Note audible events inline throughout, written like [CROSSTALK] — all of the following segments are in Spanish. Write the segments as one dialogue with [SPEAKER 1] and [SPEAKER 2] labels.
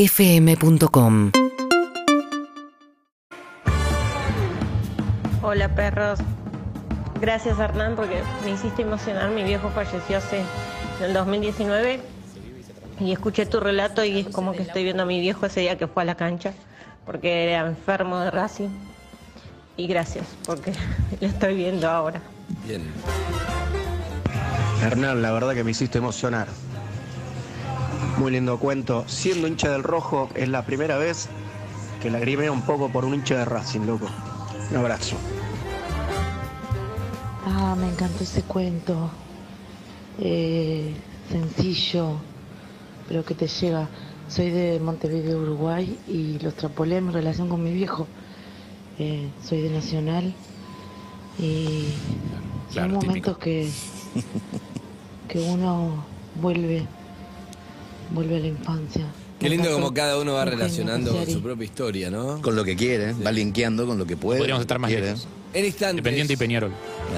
[SPEAKER 1] UrbanaPlayFM.com
[SPEAKER 2] Hola perros. Gracias Hernán porque me hiciste emocionar. Mi viejo falleció hace en el 2019 y escuché tu relato y es como que estoy viendo a mi viejo ese día que fue a la cancha porque era enfermo de Racing. Y gracias porque [LAUGHS] lo estoy viendo ahora.
[SPEAKER 3] Bien.
[SPEAKER 4] Hernán, la verdad que me hiciste emocionar. Muy lindo cuento. Siendo hincha del rojo, es la primera vez que lagrimeo un poco por un hincha de Racing, loco. Un abrazo.
[SPEAKER 5] Ah, me encantó ese cuento. Eh, sencillo, pero que te llega. Soy de Montevideo, Uruguay, y los trapolé en relación con mi viejo. Eh, soy de Nacional. Y
[SPEAKER 3] Claro,
[SPEAKER 5] son momentos
[SPEAKER 3] típico.
[SPEAKER 5] que, que uno vuelve, vuelve a la infancia.
[SPEAKER 6] Qué lindo como cada uno va
[SPEAKER 5] Un genio,
[SPEAKER 6] relacionando con
[SPEAKER 5] Sciari.
[SPEAKER 6] su propia historia, ¿no?
[SPEAKER 3] Con lo que quiere, va linkeando con lo que puede.
[SPEAKER 7] Podríamos estar más
[SPEAKER 3] quiere.
[SPEAKER 7] lejos.
[SPEAKER 6] En instantes,
[SPEAKER 7] Independiente y Peñarol.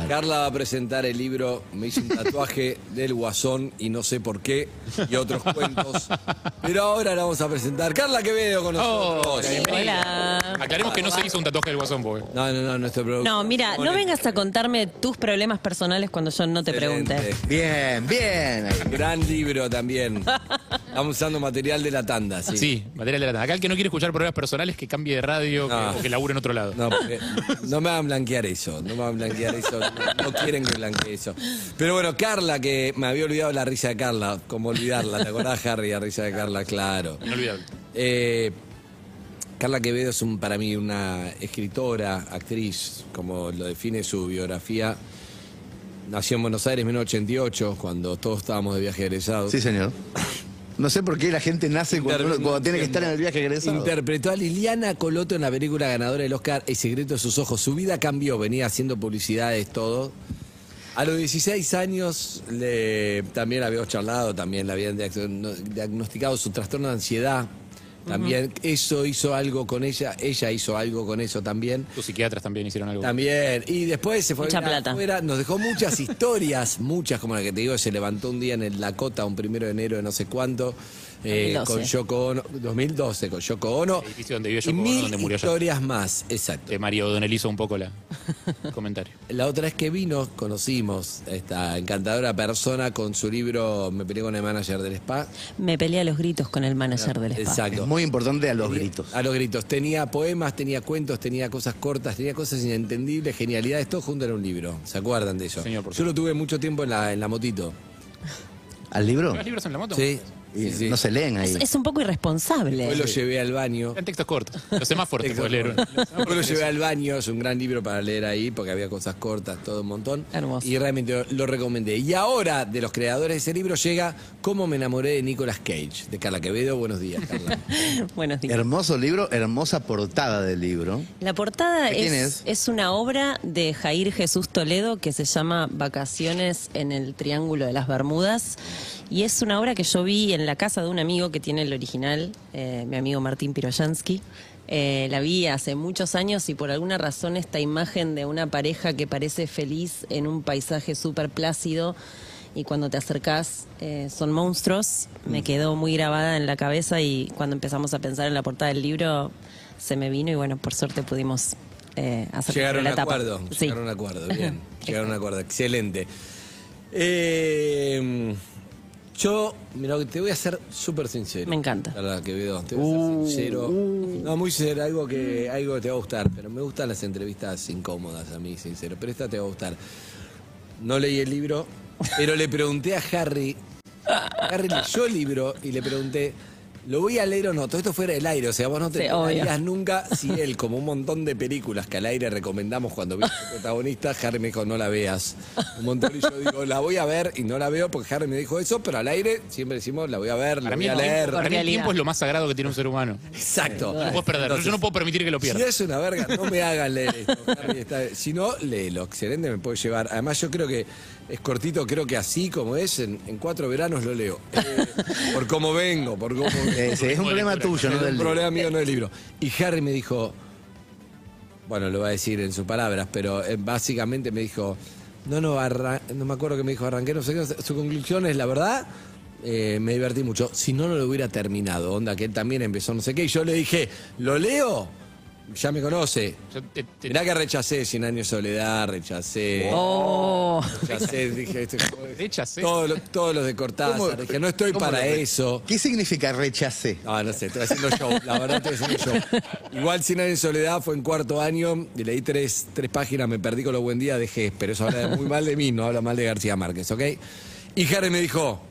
[SPEAKER 6] Carla va a presentar el libro Me hice un tatuaje [LAUGHS] del guasón y no sé por qué y otros cuentos. Pero ahora la vamos a presentar. Carla Quevedo con
[SPEAKER 7] Oh,
[SPEAKER 6] nosotros.
[SPEAKER 7] bienvenida. Aclaremos que no se hizo un tatuaje del guasón, porque.
[SPEAKER 6] no, no, no, nuestro productor.
[SPEAKER 8] No, mira, no vengas a contarme tus problemas personales cuando yo no te pregunte. [LAUGHS]
[SPEAKER 6] Excelente.
[SPEAKER 3] Bien, bien. ahí.
[SPEAKER 6] Gran libro también. Estamos usando material de la tanda, sí.
[SPEAKER 7] Sí, material de la tanda. Acá el que no quiere escuchar problemas personales, que cambie de radio que-
[SPEAKER 6] Ah.
[SPEAKER 7] o que labure en otro lado.
[SPEAKER 6] No, porque no me van a blanquear eso, no me van a blanquear eso, no, no quieren que blanquee eso. Pero bueno, Carla, que me había olvidado la risa de Carla, como olvidarla, ¿te acordás, Harry, la risa de Carla? Claro.
[SPEAKER 7] Inolvidable.
[SPEAKER 6] Eh, Carla Quevedo es un- para mí una escritora, actriz, como lo define su biografía. Nació en Buenos Aires en 1988, cuando todos estábamos de viaje egresados.
[SPEAKER 3] Sí, señor. No sé por qué la gente nace cuando,
[SPEAKER 6] Inter-
[SPEAKER 3] cuando tiene que
[SPEAKER 6] entiendo.
[SPEAKER 3] estar en el viaje egresado.
[SPEAKER 6] Interpretó a Liliana Coloto en la película ganadora del Oscar El secreto de sus ojos. Su vida cambió, venía haciendo publicidades, todo. A los 16 años le- también habíamos charlado, también le habían diagno- diagnosticado su trastorno de ansiedad. También eso hizo algo con ella, ella hizo algo con eso también.
[SPEAKER 7] Tus psiquiatras también hicieron algo.
[SPEAKER 6] También. Y después se fue
[SPEAKER 8] Mucha
[SPEAKER 6] a vivir
[SPEAKER 8] plata.
[SPEAKER 6] afuera. Nos dejó muchas historias, [LAUGHS] muchas, como la que te digo, se levantó un día en el Lakota, un primero de enero de no sé cuánto, eh,
[SPEAKER 8] 2012.
[SPEAKER 6] con Yoko Ono, 2012, con Yoko Ono.
[SPEAKER 7] El edificio donde vive
[SPEAKER 6] y
[SPEAKER 7] Yoko Eh, Ono,
[SPEAKER 6] mil
[SPEAKER 7] donde murió ayer.
[SPEAKER 6] historias más, exacto.
[SPEAKER 7] Te Este, Mario Donel hizo un
[SPEAKER 6] [LAUGHS]
[SPEAKER 7] poco la el comentario.
[SPEAKER 6] La otra vez que vino, conocimos a esta encantadora persona con su libro Me peleé con el manager del spa.
[SPEAKER 8] Me peleé a los gritos con el manager del spa.
[SPEAKER 3] Es
[SPEAKER 6] Exacto.
[SPEAKER 3] muy importante a los gritos.
[SPEAKER 6] A los gritos. Tenía poemas, tenía cuentos, tenía cosas cortas, tenía cosas inentendibles, genialidades, todo junto en un libro. ¿Se acuerdan de eso?
[SPEAKER 7] Señor, por
[SPEAKER 6] Yo lo tuve mucho tiempo en la, en la motito.
[SPEAKER 3] ¿Al libro?
[SPEAKER 7] ¿Los libros en la moto?
[SPEAKER 6] Sí,
[SPEAKER 3] Y
[SPEAKER 6] sí, sí.
[SPEAKER 3] No se leen ahí.
[SPEAKER 8] Es, es un poco irresponsable.
[SPEAKER 6] Después lo llevé al baño.
[SPEAKER 7] En textos cortos. Los semáforos te
[SPEAKER 6] Texto
[SPEAKER 7] puedes leer.
[SPEAKER 6] corto. Después lo llevé al baño, es un gran libro para leer ahí porque había cosas cortas, todo un montón.
[SPEAKER 8] Hermoso.
[SPEAKER 6] Y realmente lo recomendé. Y ahora, de los creadores de ese libro, llega Cómo me enamoré de Nicolas Cage, de Carla Quevedo. Buenos días, Carla.
[SPEAKER 8] [LAUGHS] Buenos días.
[SPEAKER 3] Hermoso libro, hermosa portada
[SPEAKER 6] [LAUGHS]
[SPEAKER 3] del libro.
[SPEAKER 8] La portada
[SPEAKER 3] ¿De quién
[SPEAKER 8] es,
[SPEAKER 3] es?
[SPEAKER 8] es una obra de Jair Jesús Toledo que se llama Vacaciones en el Triángulo de las Bermudas. Y es una obra que yo vi en la casa de un amigo que tiene el original, eh, mi amigo Martín Piroyansky. Eh, la vi hace muchos años y por alguna razón esta imagen de una pareja que parece feliz en un paisaje súper plácido y cuando te acercás eh, son monstruos, me quedó muy grabada en la cabeza y cuando empezamos a pensar en la portada del libro se me vino y bueno, por suerte pudimos eh, hacer
[SPEAKER 6] Llegaron
[SPEAKER 8] la
[SPEAKER 6] a un
[SPEAKER 8] etapa.
[SPEAKER 6] acuerdo.
[SPEAKER 8] Sí.
[SPEAKER 6] Llegaron a un acuerdo,
[SPEAKER 8] [LAUGHS]
[SPEAKER 6] bien. Llegaron a un acuerdo, excelente. Eh, yo, mira, te voy a ser súper sincero.
[SPEAKER 8] Me encanta. Uh,
[SPEAKER 6] Carla Quevedo, te voy a ser sincero. No, muy sincero, algo que, algo que te va a gustar, pero me gustan las entrevistas incómodas a mí, sincero. Pero esta te va a gustar. No leí el libro, pero le pregunté a Harry. Harry leyó el libro y le pregunté. ¿Lo voy a leer o no? Todo esto fuera del aire, o sea, vos no te
[SPEAKER 8] Sí, obvio.
[SPEAKER 6] enterarías nunca si él, como un montón de películas que al aire recomendamos cuando viste protagonista, Harry me dijo, no la veas. Un montón, y yo digo, la voy a ver y no la veo porque Harry me dijo eso, pero al aire siempre decimos, la voy a ver, la
[SPEAKER 7] Para
[SPEAKER 6] voy
[SPEAKER 7] mí,
[SPEAKER 6] a
[SPEAKER 7] el tiempo,
[SPEAKER 6] leer.
[SPEAKER 7] para mí el
[SPEAKER 8] Realidad.
[SPEAKER 7] tiempo es lo más sagrado que tiene un ser humano. No
[SPEAKER 6] Exacto.
[SPEAKER 7] lo puedes perder. Yo no puedo permitir que lo
[SPEAKER 6] Si
[SPEAKER 7] pierdas.
[SPEAKER 6] es una verga, no me hagas leer esto. Harry, está- si no, léelo. Excelente, me puede llevar. Además, yo creo que es cortito, creo que así como es, en, en cuatro veranos lo leo. Eh, por cómo vengo, por cómo.
[SPEAKER 3] Eh, sí, es un problema tuyo, no
[SPEAKER 6] Es
[SPEAKER 3] del
[SPEAKER 6] un problema mío, no del libro. Y Harry me dijo, bueno, lo va a decir en sus palabras, pero eh, básicamente me dijo, no, no, arran- no me acuerdo que me dijo, arranqué, no sé qué, no sé- su conclusión es, la verdad, eh, me divertí mucho. Si no, no lo hubiera terminado. Onda, que él también empezó no sé qué. Y yo le dije, ¿lo leo? Ya me conoce.
[SPEAKER 7] Yo te- te-
[SPEAKER 6] Mirá que rechacé 100 años de soledad, rechacé.
[SPEAKER 8] Oh,
[SPEAKER 6] Rechacé, dije, este-
[SPEAKER 7] Rechacé.
[SPEAKER 6] Todos los, todos los de Cortázar. Dije, no estoy
[SPEAKER 3] ¿Cómo
[SPEAKER 6] para
[SPEAKER 3] lo re-
[SPEAKER 6] eso.
[SPEAKER 3] ¿Qué significa rechacé?
[SPEAKER 6] No, no sé, estoy haciendo show, la verdad estoy haciendo show. Igual Sin Años de Soledad fue en cuarto año, y leí tres, tres páginas, me perdí con los buen día, dejé, pero eso habla muy mal de mí, no habla mal de García Márquez, ¿ok? Y Harry me dijo,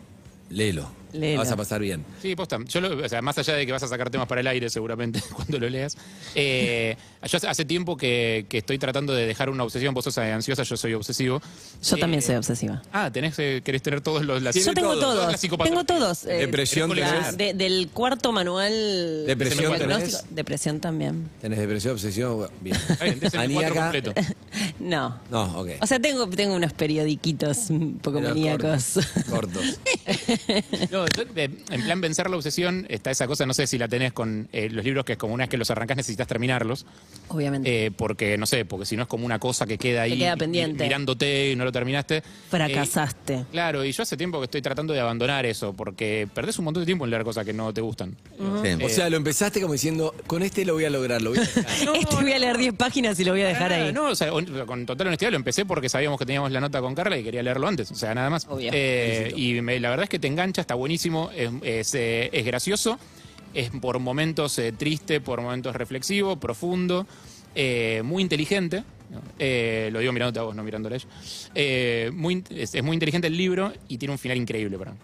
[SPEAKER 6] léelo,
[SPEAKER 8] Léelo.
[SPEAKER 6] la vas a pasar bien.
[SPEAKER 7] Sí, posta. Yo lo- o sea, más allá de que vas a sacar temas para el aire seguramente [LAUGHS] cuando lo leas. eh, yo hace- hace tiempo que, que estoy tratando de dejar una obsesión. Vos sos ansiosa, yo soy obsesivo.
[SPEAKER 8] yo también
[SPEAKER 7] Eh,
[SPEAKER 8] soy obsesiva.
[SPEAKER 7] Ah, tenés, eh, querés tener todos los... las-
[SPEAKER 8] Yo tengo
[SPEAKER 6] todos, todas
[SPEAKER 8] todos,
[SPEAKER 7] las psicopatologías.
[SPEAKER 8] tengo todos. eh,
[SPEAKER 6] Depresión
[SPEAKER 8] de-
[SPEAKER 7] tenés.
[SPEAKER 8] de- del cuarto manual.
[SPEAKER 6] Depresión
[SPEAKER 8] de diagnóstico.
[SPEAKER 6] tenés.
[SPEAKER 8] Depresión también.
[SPEAKER 6] ¿Tenés depresión, obsesión? Bien.
[SPEAKER 7] Está bien, tenés el cuatro
[SPEAKER 6] Maníaca.
[SPEAKER 7] completo.
[SPEAKER 8] No.
[SPEAKER 6] No, ok.
[SPEAKER 8] O sea, tengo, tengo unos periodiquitos un poco
[SPEAKER 6] Pero [LAUGHS]
[SPEAKER 8] maníacos.
[SPEAKER 6] cortos, cortos.
[SPEAKER 8] [LAUGHS]
[SPEAKER 7] No, yo, eh, en plan vencer la obsesión está esa cosa, no sé si la tenés con eh, los libros que es como una vez que los arrancás necesitas terminarlos,
[SPEAKER 8] Obviamente.
[SPEAKER 7] eh, porque no sé, porque si no es como una cosa que queda ahí
[SPEAKER 8] queda
[SPEAKER 7] mi-
[SPEAKER 8] pendiente.
[SPEAKER 7] mirándote y no lo terminaste. Eh,
[SPEAKER 8] Fracasaste.
[SPEAKER 7] claro, y yo hace tiempo que estoy tratando de abandonar eso, porque perdés un montón de tiempo en leer cosas que no te gustan.
[SPEAKER 3] Sí.
[SPEAKER 6] O sea, lo empezaste como diciendo, con este lo voy a lograr, lo voy a dejar.
[SPEAKER 8] este voy a leer 10 páginas y lo voy a dejar
[SPEAKER 6] Eh,
[SPEAKER 7] Para nada,
[SPEAKER 8] ahí.
[SPEAKER 7] No, o sea, on- con total honestidad lo empecé porque sabíamos que teníamos la nota con Carla y quería leerlo antes, o sea, nada más.
[SPEAKER 8] Obvio.
[SPEAKER 7] Eh, y me- la verdad es que te engancha, está buenísimo, es, es, eh, es gracioso, es por momentos eh, triste, por momentos reflexivo, profundo, eh, muy inteligente. ¿no? Eh, lo digo mirándote a vos, no mirándola a ella. Eh, muy, in- es, es muy inteligente el libro y tiene un final increíble para mí.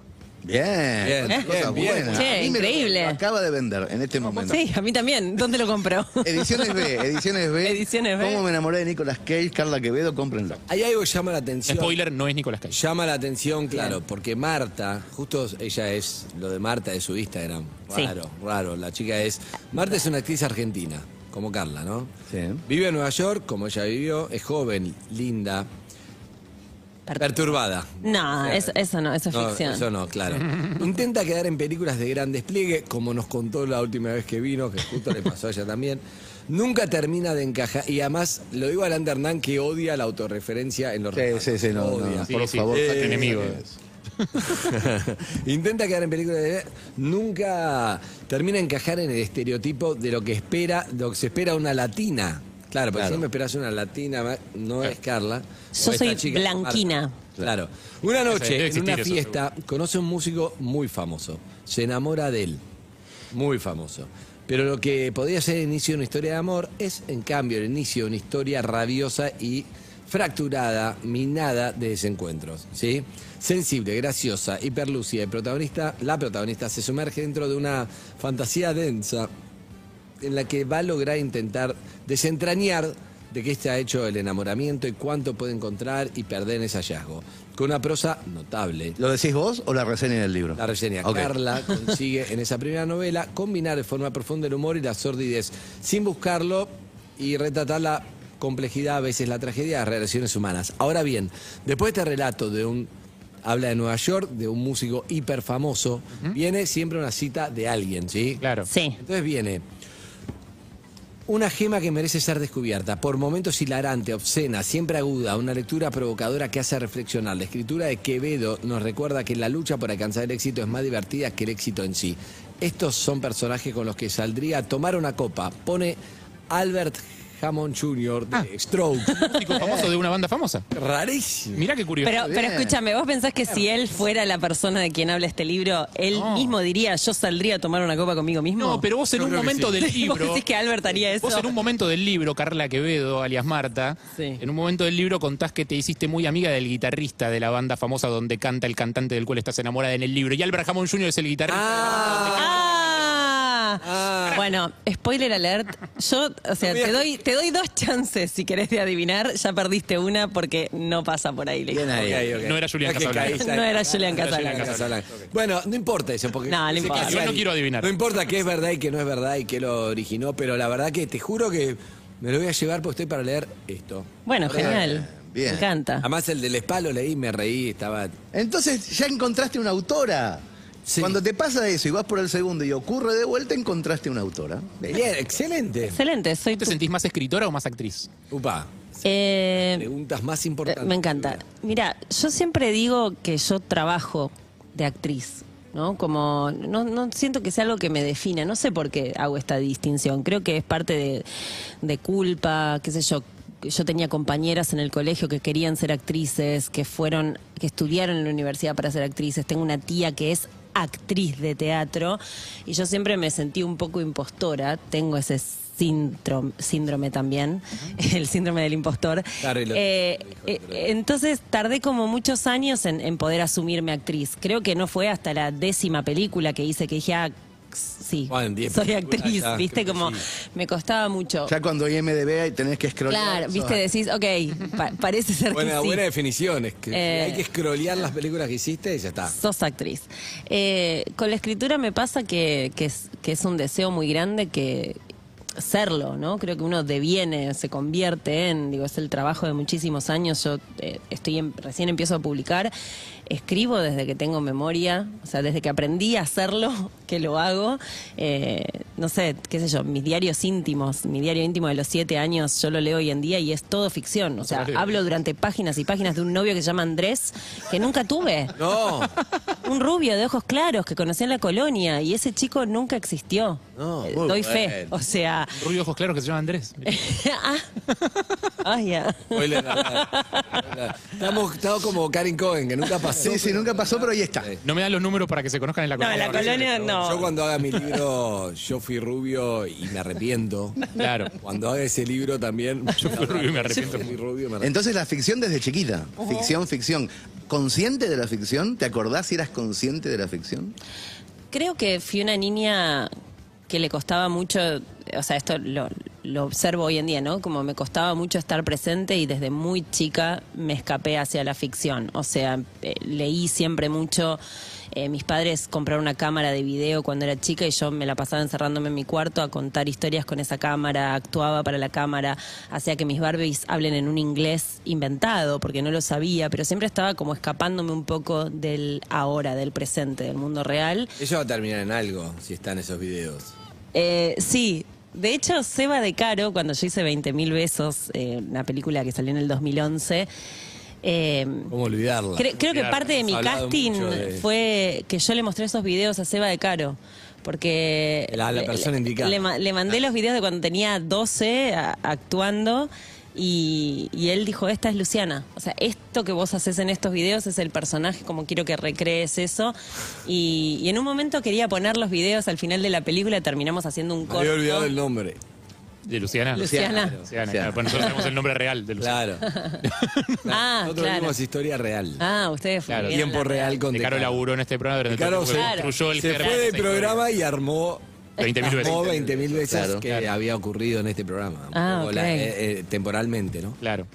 [SPEAKER 3] Bien,
[SPEAKER 6] Bien,
[SPEAKER 3] cuántas
[SPEAKER 6] bien,
[SPEAKER 3] cosas
[SPEAKER 6] bien.
[SPEAKER 3] buenas.
[SPEAKER 8] Che,
[SPEAKER 3] A mí me lo-
[SPEAKER 8] increíble.
[SPEAKER 3] lo acaba de vender en este momento.
[SPEAKER 8] Sí, a mí también. ¿Dónde lo compró?
[SPEAKER 3] Ediciones B, Ediciones B.
[SPEAKER 8] Ediciones B.
[SPEAKER 3] ¿Cómo me enamoré de Nicolas Cage, Carla Quevedo? Cómprenlo.
[SPEAKER 6] Hay algo que llama la atención.
[SPEAKER 7] Spoiler, no es Nicolás Cage.
[SPEAKER 6] Llama la atención, claro, porque Marta, justo ella es, lo de Marta de su Instagram,
[SPEAKER 8] Sí.
[SPEAKER 6] raro, raro, la chica es, Marta es una actriz argentina, como Carla, ¿no?
[SPEAKER 3] Sí.
[SPEAKER 6] Vive en Nueva York, como ella vivió, es joven, linda, perturbada.
[SPEAKER 8] [LAUGHS] No, eso, eso no, eso es
[SPEAKER 6] No,
[SPEAKER 8] ficción.
[SPEAKER 6] eso no,
[SPEAKER 3] [LAUGHS]
[SPEAKER 6] claro. Intenta quedar en películas de gran despliegue, como nos contó la última vez que vino, que justo le pasó a ella también. Nunca termina de encajar. Y además, lo digo a Alan Hernán, que odia la autorreferencia en los
[SPEAKER 3] Sí,
[SPEAKER 6] relatos.
[SPEAKER 3] sí, sí, no,
[SPEAKER 6] Odia.
[SPEAKER 3] no,
[SPEAKER 7] Sí,
[SPEAKER 3] por
[SPEAKER 7] sí,
[SPEAKER 3] favor.
[SPEAKER 7] es
[SPEAKER 6] Eh,
[SPEAKER 3] saquen
[SPEAKER 7] enemigo.
[SPEAKER 3] eso.
[SPEAKER 6] [LAUGHS] Intenta quedar en películas de nunca termina de encajar en el estereotipo de lo que espera, de lo que se espera una latina. Claro, porque
[SPEAKER 3] Claro.
[SPEAKER 6] siempre esperas una latina, ma- no es Carla.
[SPEAKER 8] Yo
[SPEAKER 6] o esta
[SPEAKER 8] soy blanquina.
[SPEAKER 6] Marta. Claro. Una
[SPEAKER 7] Ese, debe
[SPEAKER 6] noche, en
[SPEAKER 7] existir
[SPEAKER 6] una
[SPEAKER 7] eso,
[SPEAKER 6] fiesta, conoce a un músico muy famoso. Se enamora de él. Muy famoso. Pero lo que podría ser el inicio de una historia de amor es, en cambio, el inicio de una historia rabiosa y fracturada, minada de desencuentros. ¿sí? Sensible, graciosa, hiperlúcida. El protagonista, la protagonista se sumerge dentro de una fantasía densa en la que va a lograr intentar desentrañar de qué está hecho el enamoramiento y cuánto puede encontrar y perder en ese hallazgo. Con una prosa notable,
[SPEAKER 3] ¿Lo decís vos o la reseña del libro?
[SPEAKER 6] la reseña
[SPEAKER 3] Ok.
[SPEAKER 6] Carla consigue en esa primera novela combinar de forma profunda el humor y la sordidez, sin buscarlo y retratar la complejidad, a veces la tragedia de las relaciones humanas. Ahora bien, después de este relato de un habla de Nueva York, de un músico hiper famoso, viene siempre una cita de alguien, ¿sí?
[SPEAKER 7] Claro.
[SPEAKER 8] Sí.
[SPEAKER 6] Entonces viene una gema que merece ser descubierta, por momentos hilarante, obscena, siempre aguda, una lectura provocadora que hace reflexionar. La escritura de Quevedo nos recuerda que la lucha por alcanzar el éxito es más divertida que el éxito en sí. Estos son personajes con los que saldría a tomar una copa. Pone Albert Hammond Jr. de Stroke.
[SPEAKER 7] Músico famoso de una banda famosa.
[SPEAKER 6] Rarísimo.
[SPEAKER 7] Mirá qué curioso.
[SPEAKER 8] Pero, pero escúchame, ¿vos pensás que si él fuera la persona de quien habla este libro, él
[SPEAKER 7] No.
[SPEAKER 8] mismo diría, yo saldría a tomar una copa conmigo mismo?
[SPEAKER 7] no, pero vos en un momento
[SPEAKER 8] [LAUGHS]
[SPEAKER 7] del libro.
[SPEAKER 8] ¿Vos decís que Albert haría eso?
[SPEAKER 7] Vos en un momento del libro, Carla Quevedo, alias Marta,
[SPEAKER 8] Sí.
[SPEAKER 7] en un momento del libro contás que te hiciste muy amiga del guitarrista de la banda famosa donde canta el cantante del cual estás enamorada en el libro. Y Albert Hammond Jr. es el guitarrista.
[SPEAKER 8] Ah. Bueno, spoiler alert. Yo, o sea, te doy, te doy dos chances si querés de adivinar. Ya perdiste una porque no pasa por ahí. Leila.
[SPEAKER 3] Bien
[SPEAKER 6] Ah,
[SPEAKER 3] ahí.
[SPEAKER 7] No era Julián
[SPEAKER 6] Es que
[SPEAKER 7] Casablanca.
[SPEAKER 6] caíste ahí.
[SPEAKER 8] No era Julián
[SPEAKER 7] No era Julián
[SPEAKER 8] Casablanca.
[SPEAKER 6] Casablanca. Bueno, no importa eso, porque
[SPEAKER 8] No, no
[SPEAKER 6] dice
[SPEAKER 8] importa.
[SPEAKER 6] que
[SPEAKER 7] Yo no
[SPEAKER 6] hay-
[SPEAKER 7] quiero adivinar.
[SPEAKER 6] No importa qué es verdad y qué no es verdad y qué lo originó, pero la verdad que te juro que me lo voy a llevar porque estoy para leer esto.
[SPEAKER 8] Bueno, genial.
[SPEAKER 3] bien.
[SPEAKER 8] Me encanta.
[SPEAKER 6] Además el del spa lo leí, me reí, estaba.
[SPEAKER 3] Entonces ya encontraste una autora.
[SPEAKER 6] Sí.
[SPEAKER 3] Cuando te pasa eso y vas por el segundo y ocurre de vuelta, encontraste una autora.
[SPEAKER 6] Bien, excelente.
[SPEAKER 8] Excelente, soy
[SPEAKER 7] ¿Te
[SPEAKER 8] tu-
[SPEAKER 7] sentís más escritora o más actriz?
[SPEAKER 6] Upa.
[SPEAKER 8] Eh,
[SPEAKER 6] Preguntas más
[SPEAKER 8] Eh,
[SPEAKER 6] importantes.
[SPEAKER 8] Me encanta. Mira, yo siempre digo que yo trabajo de actriz, ¿no? Como, no, no siento que sea algo que me defina, no sé por qué hago esta distinción, creo que es parte de, de culpa, qué sé yo. Yo tenía compañeras en el colegio que querían ser actrices, que fueron, que estudiaron en la universidad para ser actrices. Tengo una tía que es actriz de teatro y yo siempre me sentí un poco impostora, tengo ese síndrome, síndrome también, [LAUGHS] el síndrome del impostor.
[SPEAKER 6] Claro, y lo-
[SPEAKER 8] Eh,
[SPEAKER 6] lo dijo,
[SPEAKER 8] eh,
[SPEAKER 6] pero-
[SPEAKER 8] entonces tardé como muchos años en, en poder asumirme actriz. Creo que no fue hasta la décima película que hice que dije, ah, sí,
[SPEAKER 6] Bueno, Ah, en diez
[SPEAKER 8] soy
[SPEAKER 6] películas
[SPEAKER 8] actriz,
[SPEAKER 6] ya,
[SPEAKER 8] viste,
[SPEAKER 6] creo que
[SPEAKER 8] como
[SPEAKER 6] sí.
[SPEAKER 8] me costaba mucho.
[SPEAKER 3] Ya cuando IMDB ahí tenés que scrollar.
[SPEAKER 8] Claro,
[SPEAKER 3] sos-
[SPEAKER 8] viste, decís, ok, pa- parece ser que
[SPEAKER 6] Buena,
[SPEAKER 8] sí.
[SPEAKER 6] buena definición. Es que
[SPEAKER 8] Eh,
[SPEAKER 6] hay que scrollear las películas que hiciste y ya está.
[SPEAKER 8] Sos actriz. Eh, con la escritura me pasa que, que, es, que es un deseo muy grande que serlo, ¿no? Creo que uno deviene, se convierte en, digo, es el trabajo de muchísimos años. Yo eh, estoy en- recién empiezo a publicar, escribo desde que tengo memoria, o sea, desde que aprendí a hacerlo, [LAUGHS] que lo hago. Eh, no sé, qué sé yo, mis diarios íntimos, mi diario íntimo de los siete años, yo lo leo hoy en día y es todo ficción. O sea,
[SPEAKER 7] Claro.
[SPEAKER 8] hablo durante páginas y páginas de un novio que se llama Andrés, que nunca tuve.
[SPEAKER 6] No,
[SPEAKER 8] Un rubio de ojos claros que conocí en la colonia y ese chico nunca existió.
[SPEAKER 6] No,
[SPEAKER 8] Eh,
[SPEAKER 6] muy
[SPEAKER 8] Doy
[SPEAKER 6] bueno.
[SPEAKER 8] fe. O sea. [LAUGHS]
[SPEAKER 7] Rubio ojos claros que se llama Andrés.
[SPEAKER 8] ah, Ay, ya.
[SPEAKER 6] spoiler alert. Estamos, estamos como Karen Cohen, que nunca pasó.
[SPEAKER 3] Sí, sí, nunca pasó, pero ahí está.
[SPEAKER 7] No me dan los números para que se conozcan en la
[SPEAKER 8] No, en la colonia
[SPEAKER 6] Yo
[SPEAKER 8] no.
[SPEAKER 6] cuando haga mi libro, yo fui rubio y me arrepiento.
[SPEAKER 7] Claro.
[SPEAKER 6] Cuando haga ese libro también.
[SPEAKER 7] Yo fui rubio y me arrepiento.
[SPEAKER 6] Yo fui rubio y me arrepiento.
[SPEAKER 3] Entonces la ficción desde chiquita. Ficción, ficción. ¿Consciente de la ficción? ¿Te acordás si eras consciente de la ficción?
[SPEAKER 8] Creo que fui una niña que le costaba mucho, o sea, esto lo, lo observo hoy en día, ¿no? Como me costaba mucho estar presente y desde muy chica me escapé hacia la ficción. O sea, eh, leí siempre mucho. Eh, mis padres compraron una cámara de video cuando era chica y yo me la pasaba encerrándome en mi cuarto a contar historias con esa cámara, actuaba para la cámara, hacía que mis Barbies hablen en un inglés inventado, porque no lo sabía, pero siempre estaba como escapándome un poco del ahora, del presente, del mundo real.
[SPEAKER 6] Eso va a terminar en algo, si están esos videos.
[SPEAKER 8] Eh, sí. De hecho, Seba de Caro, cuando yo hice 20.000 besos, eh, una película que salió en el 2011, eh,
[SPEAKER 6] ¿Cómo olvidarla?
[SPEAKER 8] cre- creo que parte de mi
[SPEAKER 6] hemos hablado
[SPEAKER 8] casting
[SPEAKER 6] mucho de-
[SPEAKER 8] fue que yo le mostré esos videos a Seba de Caro. Porque
[SPEAKER 6] La- la
[SPEAKER 8] le-
[SPEAKER 6] persona
[SPEAKER 8] le-
[SPEAKER 6] indicada. Ah.
[SPEAKER 8] Le, ma- le mandé los videos de cuando tenía 12 a- actuando y, y él dijo, esta es Luciana. O sea, esto que vos haces en estos videos es el personaje, como quiero que recrees eso. Y, y en un momento quería poner los videos al final de la película, terminamos haciendo un
[SPEAKER 6] Me había
[SPEAKER 8] corto.
[SPEAKER 6] olvidado el nombre.
[SPEAKER 7] ¿De Luciana?
[SPEAKER 8] Luciana.
[SPEAKER 7] Luciana, claro. Pues nosotros tenemos el nombre real de Luciana.
[SPEAKER 6] Claro.
[SPEAKER 8] [LAUGHS] Ah,
[SPEAKER 6] Nosotros
[SPEAKER 8] claro.
[SPEAKER 6] vimos historia real.
[SPEAKER 8] Ah, ustedes fueron.
[SPEAKER 7] Claro,
[SPEAKER 8] bien.
[SPEAKER 6] tiempo real con
[SPEAKER 7] De Caro laburó en este programa
[SPEAKER 6] De
[SPEAKER 7] durante
[SPEAKER 6] Caro
[SPEAKER 7] todo el
[SPEAKER 6] se,
[SPEAKER 7] tiempo,
[SPEAKER 8] Claro.
[SPEAKER 7] construyó el
[SPEAKER 6] se
[SPEAKER 7] germen
[SPEAKER 6] fue
[SPEAKER 7] de
[SPEAKER 6] del
[SPEAKER 7] esa
[SPEAKER 6] programa y armó
[SPEAKER 7] 20.000 veces.
[SPEAKER 6] armó 20.000 veces
[SPEAKER 3] Claro.
[SPEAKER 6] que había ocurrido en este programa. Un
[SPEAKER 8] Ah,
[SPEAKER 6] poco
[SPEAKER 8] ok.
[SPEAKER 6] eh, eh, temporalmente, ¿no?
[SPEAKER 7] historia. Claro.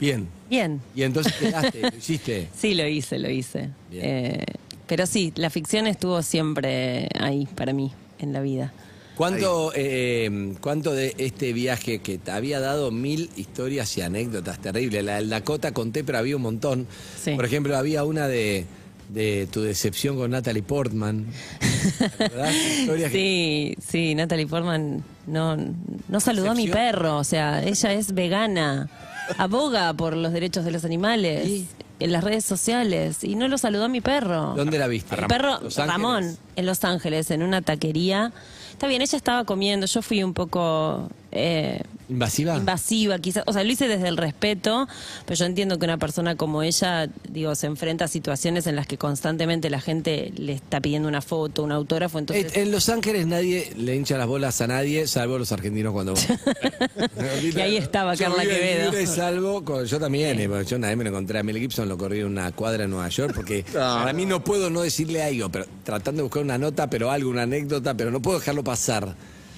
[SPEAKER 6] Bien.
[SPEAKER 8] Bien.
[SPEAKER 6] Y entonces
[SPEAKER 8] [LAUGHS]
[SPEAKER 6] quedaste, lo hiciste.
[SPEAKER 8] Sí, lo hice, lo hice.
[SPEAKER 6] Bien.
[SPEAKER 8] Eh, pero sí, la ficción estuvo siempre ahí para mí, en la vida.
[SPEAKER 6] ¿Cuánto, eh, ¿Cuánto de este viaje que te había dado mil historias y anécdotas terribles? La del Dakota conté, pero había un montón.
[SPEAKER 8] Sí.
[SPEAKER 6] Por ejemplo, había una de, de tu decepción con Natalie Portman.
[SPEAKER 8] [LAUGHS]
[SPEAKER 6] ¿Te acordás? Historias que-
[SPEAKER 8] Sí, sí, Natalie Portman no, no saludó a mi
[SPEAKER 6] Excepción.
[SPEAKER 8] perro, o sea, ella es vegana, aboga por los derechos de los animales en las redes sociales y no lo saludó a mi perro.
[SPEAKER 6] ¿Dónde la viste?
[SPEAKER 8] Mi perro
[SPEAKER 6] ¿Los Ángeles?
[SPEAKER 8] Ramón, en Los Ángeles, en una taquería. Está bien, ella estaba comiendo, yo fui un poco... eh,
[SPEAKER 6] ¿Invasiva?
[SPEAKER 8] invasiva, quizás. O sea, lo hice desde el respeto, pero yo entiendo que una persona como ella, digo, se enfrenta a situaciones en las que constantemente la gente le está pidiendo una foto, un autógrafo, entonces.
[SPEAKER 6] Eh, En Los Ángeles nadie le hincha las bolas a nadie, salvo los argentinos
[SPEAKER 8] [LAUGHS]
[SPEAKER 6] cuando van.
[SPEAKER 8] Y ahí estaba
[SPEAKER 6] Yo
[SPEAKER 8] Carla
[SPEAKER 6] vivo en
[SPEAKER 8] Quevedo.
[SPEAKER 6] Libre, salvo, con- yo también, eh, yo una vez me lo encontré a Mel Gibson, lo corrí en una cuadra en Nueva York,
[SPEAKER 7] [LAUGHS]
[SPEAKER 6] porque
[SPEAKER 7] Ah.
[SPEAKER 6] para mí no puedo no decirle algo, pero tratando de buscar una nota, pero algo, una anécdota, pero no puedo dejarlo pasar.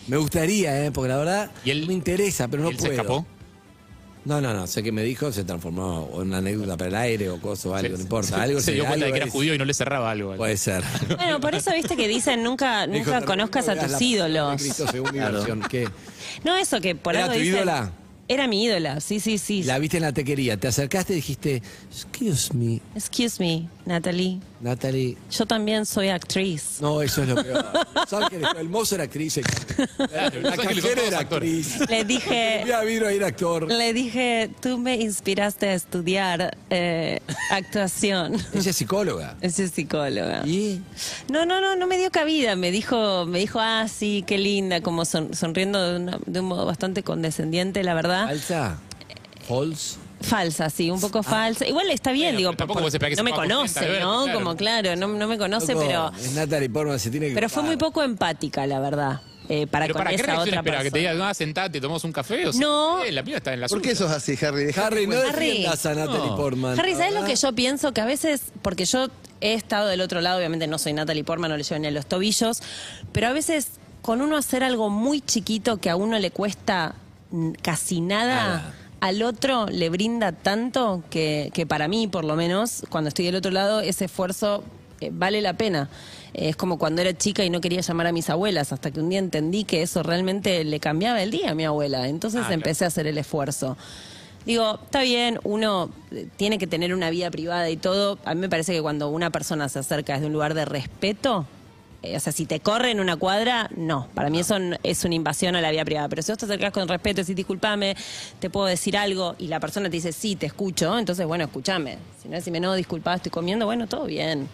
[SPEAKER 6] Me gustaría, eh, porque la verdad
[SPEAKER 7] ¿Y él-
[SPEAKER 6] me interesa, pero no
[SPEAKER 7] ¿Él
[SPEAKER 6] puedo.
[SPEAKER 7] se escapó?
[SPEAKER 6] No, no, no, sé que me dijo, se transformó en una anécdota para el aire o cosa o algo,
[SPEAKER 7] Se-
[SPEAKER 6] no importa. Algo
[SPEAKER 7] Se dio cuenta de
[SPEAKER 6] algo
[SPEAKER 7] que era
[SPEAKER 6] es-
[SPEAKER 7] judío y no le cerraba algo.
[SPEAKER 6] Puede ser.
[SPEAKER 8] Bueno, por eso viste que dicen nunca,
[SPEAKER 6] Me [LAUGHS] dijo,
[SPEAKER 8] nunca
[SPEAKER 6] "Te
[SPEAKER 8] conozcas a
[SPEAKER 6] recomiendo que
[SPEAKER 8] tus
[SPEAKER 6] veas la pasión de
[SPEAKER 8] ídolos.
[SPEAKER 6] Cristo según mi
[SPEAKER 3] Claro.
[SPEAKER 6] versión, ¿qué?
[SPEAKER 8] No, eso que por
[SPEAKER 6] ¿Era
[SPEAKER 8] algo
[SPEAKER 6] tu
[SPEAKER 8] dicen-
[SPEAKER 6] ídola?
[SPEAKER 8] Era mi ídola, sí, sí, sí.
[SPEAKER 6] La viste en la tequería, te acercaste y dijiste, excuse me,
[SPEAKER 8] Excuse me. Natalie.
[SPEAKER 6] Natalie.
[SPEAKER 8] Yo también soy actriz.
[SPEAKER 6] No, eso es lo peor. [LAUGHS] ¿Sabes que El mozo era actriz. [LAUGHS] el- La
[SPEAKER 7] ¿sabes que los
[SPEAKER 6] cajera
[SPEAKER 7] dos
[SPEAKER 6] era
[SPEAKER 7] actores?
[SPEAKER 6] actriz. [LAUGHS]
[SPEAKER 8] Le dije,
[SPEAKER 6] Ya vino a ir actor.
[SPEAKER 8] [LAUGHS] le dije, tú me inspiraste a estudiar eh,
[SPEAKER 6] [LAUGHS]
[SPEAKER 8] actuación.
[SPEAKER 6] Ella es psicóloga.
[SPEAKER 8] Ese es psicóloga.
[SPEAKER 6] ¿Y?
[SPEAKER 8] No, no, no, no me dio cabida. Me dijo, me dijo, ah, sí, qué linda, como son- sonriendo de, una- de un modo bastante condescendiente, la verdad.
[SPEAKER 6] Alza. Holz.
[SPEAKER 8] Falsa, sí, un poco falsa. Igual está
[SPEAKER 7] Ah.
[SPEAKER 8] bien,
[SPEAKER 7] Bueno,
[SPEAKER 8] digo,
[SPEAKER 7] pero tampoco
[SPEAKER 8] por-
[SPEAKER 7] vos esperás que
[SPEAKER 8] no me
[SPEAKER 7] sepa
[SPEAKER 8] conoce,
[SPEAKER 7] 40,
[SPEAKER 8] ¿no?
[SPEAKER 7] claro.
[SPEAKER 8] Como claro, no, no me conoce,
[SPEAKER 6] Loco,
[SPEAKER 8] pero,
[SPEAKER 6] Es Natalie Portman, se tiene que.
[SPEAKER 8] pero fue muy
[SPEAKER 6] ocupar.
[SPEAKER 8] poco empática, la verdad, eh, para
[SPEAKER 7] ¿Pero
[SPEAKER 8] con
[SPEAKER 7] para qué
[SPEAKER 8] esa
[SPEAKER 7] reacción
[SPEAKER 8] otra
[SPEAKER 7] espera?
[SPEAKER 8] persona.
[SPEAKER 7] ¿Que te diga, no, sentate, tomamos un café? O sea,
[SPEAKER 8] No.
[SPEAKER 7] eh, la piba está en la
[SPEAKER 3] ¿Por qué
[SPEAKER 7] suya.
[SPEAKER 3] sos así, Harry? Dejá-
[SPEAKER 6] Harry, no
[SPEAKER 8] Harry.
[SPEAKER 6] defiendas a Natalie
[SPEAKER 7] No.
[SPEAKER 6] Portman. Ah,
[SPEAKER 8] Harry, ¿sabes lo
[SPEAKER 6] ¿verdad?
[SPEAKER 8] que yo pienso? Que a veces, porque yo he estado del otro lado, obviamente no soy Natalie Portman, no le llevo ni a los tobillos, pero a veces con uno hacer algo muy chiquito que a uno le cuesta mm, casi nada,
[SPEAKER 6] Nada.
[SPEAKER 8] al otro le brinda tanto que, que para mí, por lo menos, cuando estoy del otro lado, ese esfuerzo eh, vale la pena. Eh, Es como cuando era chica y no quería llamar a mis abuelas, hasta que un día entendí que eso realmente le cambiaba el día a mi abuela. Entonces
[SPEAKER 7] Ah,
[SPEAKER 8] empecé a hacer el esfuerzo. Digo, está bien, uno eh, tiene que tener una vida privada y todo. A mí me parece que cuando una persona se acerca desde un lugar de respeto, eh, o sea, si te corre en una cuadra, no. Para mí eso n- es una invasión a la vida privada. Pero si vos te acercás con respeto y decís, disculpame, te puedo decir algo, y la persona te dice, sí, te escucho, entonces, bueno, escúchame. Si no, decime, no, disculpa, estoy comiendo, bueno, todo bien.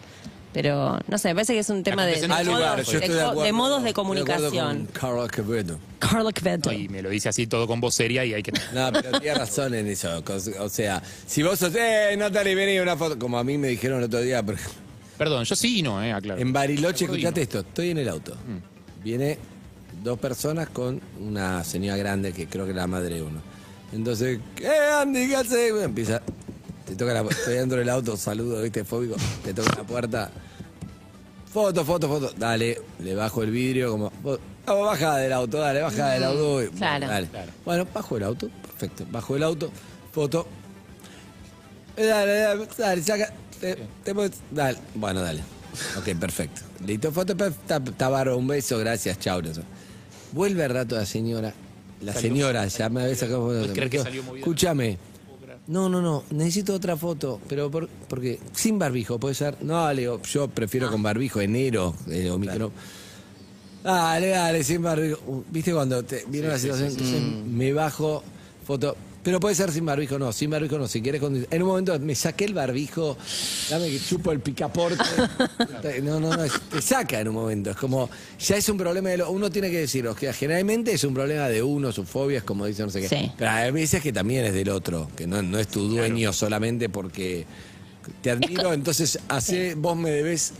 [SPEAKER 8] Pero, no sé, me parece que es un tema de, de
[SPEAKER 7] conversación
[SPEAKER 6] Hay lugar,
[SPEAKER 8] modos,
[SPEAKER 6] yo estoy
[SPEAKER 8] de
[SPEAKER 6] de,
[SPEAKER 8] co-
[SPEAKER 6] acuerdo.
[SPEAKER 8] de modos de
[SPEAKER 6] Estoy acuerdo
[SPEAKER 8] comunicación.
[SPEAKER 6] con Carla Quevedo.
[SPEAKER 8] Carla Kveto.
[SPEAKER 7] No, Y me lo dice así todo con voz seria y
[SPEAKER 6] [LAUGHS]
[SPEAKER 7] hay que...
[SPEAKER 6] No, pero tiene razón en eso. cos- O sea, si vos sos, eh, Natalie, vení una foto. Como a mí me dijeron el otro día, por ejemplo,
[SPEAKER 7] Perdón, yo sí y no, eh, aclaro.
[SPEAKER 6] en Bariloche,
[SPEAKER 7] Acordino.
[SPEAKER 6] escuchate esto, estoy en el auto. Viene dos personas con una señora grande que creo que es la madre de uno. Entonces, ¿qué Andy? ¿Qué haces? Bueno, empieza. Te toca la pu- Estoy dentro del auto, saludo, viste, fóbico. Te toca la puerta. Foto, foto, foto. Dale, le bajo el vidrio como. "Vos- ah, vos baja del auto, dale, baja del auto. Y-
[SPEAKER 8] claro.
[SPEAKER 6] dale. Bueno, bajo el auto, perfecto. Bajo el auto, foto. Eh, Dale, dale, dale, saca. Te, te puedes- dale. Bueno, dale. Ok, perfecto. Listo, foto, per- ta- Tabaro, un beso, gracias, chao. no sé. Vuelve al rato la señora. La señora, ya me había sacado foto.
[SPEAKER 7] Puedes creer que salió movida.
[SPEAKER 6] Escúchame. No, no, no, necesito otra foto, pero por- porque sin barbijo, puede ser. No, le digo, yo
[SPEAKER 7] Ah.
[SPEAKER 6] prefiero con barbijo, enero, eh, o micro. Dale, dale, sin barbijo. Uh, ¿Viste cuando te vieron la situación? Entonces me bajo foto. Pero puede ser sin barbijo, no, sin barbijo no, si quieres con... En un momento me saqué el barbijo, dame que chupo el picaporte. No, no, no, es- te saca en un momento. Es como, ya es un problema de lo, uno tiene que decir, o sea, generalmente es un problema de uno, sus fobias, como dicen, no sé qué.
[SPEAKER 8] Sí.
[SPEAKER 6] Pero hay veces que también es del otro, que no, no es tu dueño solamente porque te admiro, entonces hace, vos me debes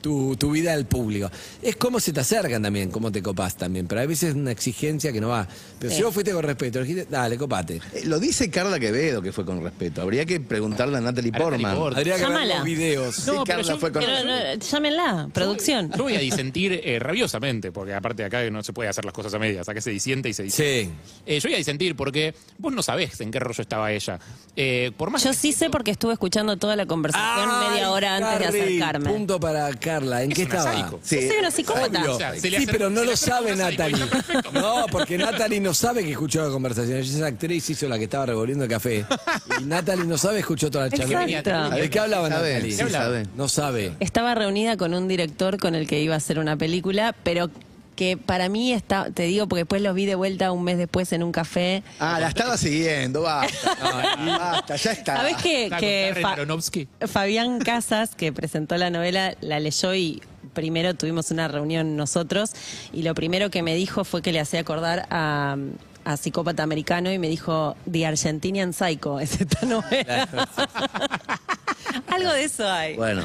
[SPEAKER 6] tu, tu vida al público. Es cómo se te acercan también, cómo te copás también, pero hay veces es una exigencia que no va. Pero si vos fuiste con respeto, dijiste, dale, copate.
[SPEAKER 3] Eh, Lo dice Carla Quevedo, que fue con respeto. Habría que preguntarle a Natalie
[SPEAKER 7] A Natalie
[SPEAKER 3] Portman.
[SPEAKER 7] Portman.
[SPEAKER 6] Habría que ver
[SPEAKER 8] Llámala.
[SPEAKER 6] los videos.
[SPEAKER 3] Sí, Carla fue con
[SPEAKER 8] Pero, no, llámenla, producción.
[SPEAKER 7] Yo voy a disentir eh, rabiosamente, porque aparte de acá no se puede hacer las cosas a medias, acá se disiente y se dice. Eh,
[SPEAKER 6] Sí.
[SPEAKER 7] yo voy a disentir porque vos no sabés en qué rollo estaba ella. Eh, por más
[SPEAKER 8] Yo
[SPEAKER 7] que-
[SPEAKER 8] sí sé porque estuve escuchando toda la conversación
[SPEAKER 6] Ay,
[SPEAKER 8] media hora antes de
[SPEAKER 6] Harry,
[SPEAKER 8] acercarme.
[SPEAKER 6] Punto para Carla. ¿En
[SPEAKER 7] Es
[SPEAKER 6] qué
[SPEAKER 7] una
[SPEAKER 6] estaba?
[SPEAKER 7] psycho.
[SPEAKER 3] Sí.
[SPEAKER 8] Yo soy una psicópata.
[SPEAKER 6] Obvio.
[SPEAKER 7] O sea, se le
[SPEAKER 6] sí,
[SPEAKER 7] acerca-
[SPEAKER 6] pero no
[SPEAKER 7] se le
[SPEAKER 6] lo
[SPEAKER 7] acerca
[SPEAKER 6] sabe
[SPEAKER 7] una psycho,
[SPEAKER 6] Natalie.
[SPEAKER 7] está
[SPEAKER 6] [LAUGHS]
[SPEAKER 7] perfecto.
[SPEAKER 6] No, porque Natalie no sabe que escuchó la conversación. Ella es actriz, hizo la que estaba revolviendo el café. Y Natalie no sabe, escuchó toda la charla.
[SPEAKER 8] Exacto.
[SPEAKER 6] ¿De qué hablaba
[SPEAKER 3] Sabe,
[SPEAKER 6] Natalie?
[SPEAKER 3] sí sabe.
[SPEAKER 6] No sabe.
[SPEAKER 8] Estaba reunida con un director con el que iba a hacer una película, pero que para mí está, te digo porque después los vi de vuelta un mes después en un café.
[SPEAKER 3] Ah, la estaba siguiendo, [LAUGHS] basta. basta, ya está.
[SPEAKER 8] ¿Sabes qué?
[SPEAKER 7] Está
[SPEAKER 8] que
[SPEAKER 7] con Darren
[SPEAKER 8] Fa-
[SPEAKER 7] Aronofsky.
[SPEAKER 8] Fabián Casas, que presentó la novela, la leyó y primero tuvimos una reunión nosotros y lo primero que me dijo fue que le hacía acordar a, a Psicópata Americano y me dijo The Argentinian Psycho, [LAUGHS] es
[SPEAKER 2] [LAUGHS]
[SPEAKER 8] esta novela. Algo de eso hay.
[SPEAKER 3] Bueno,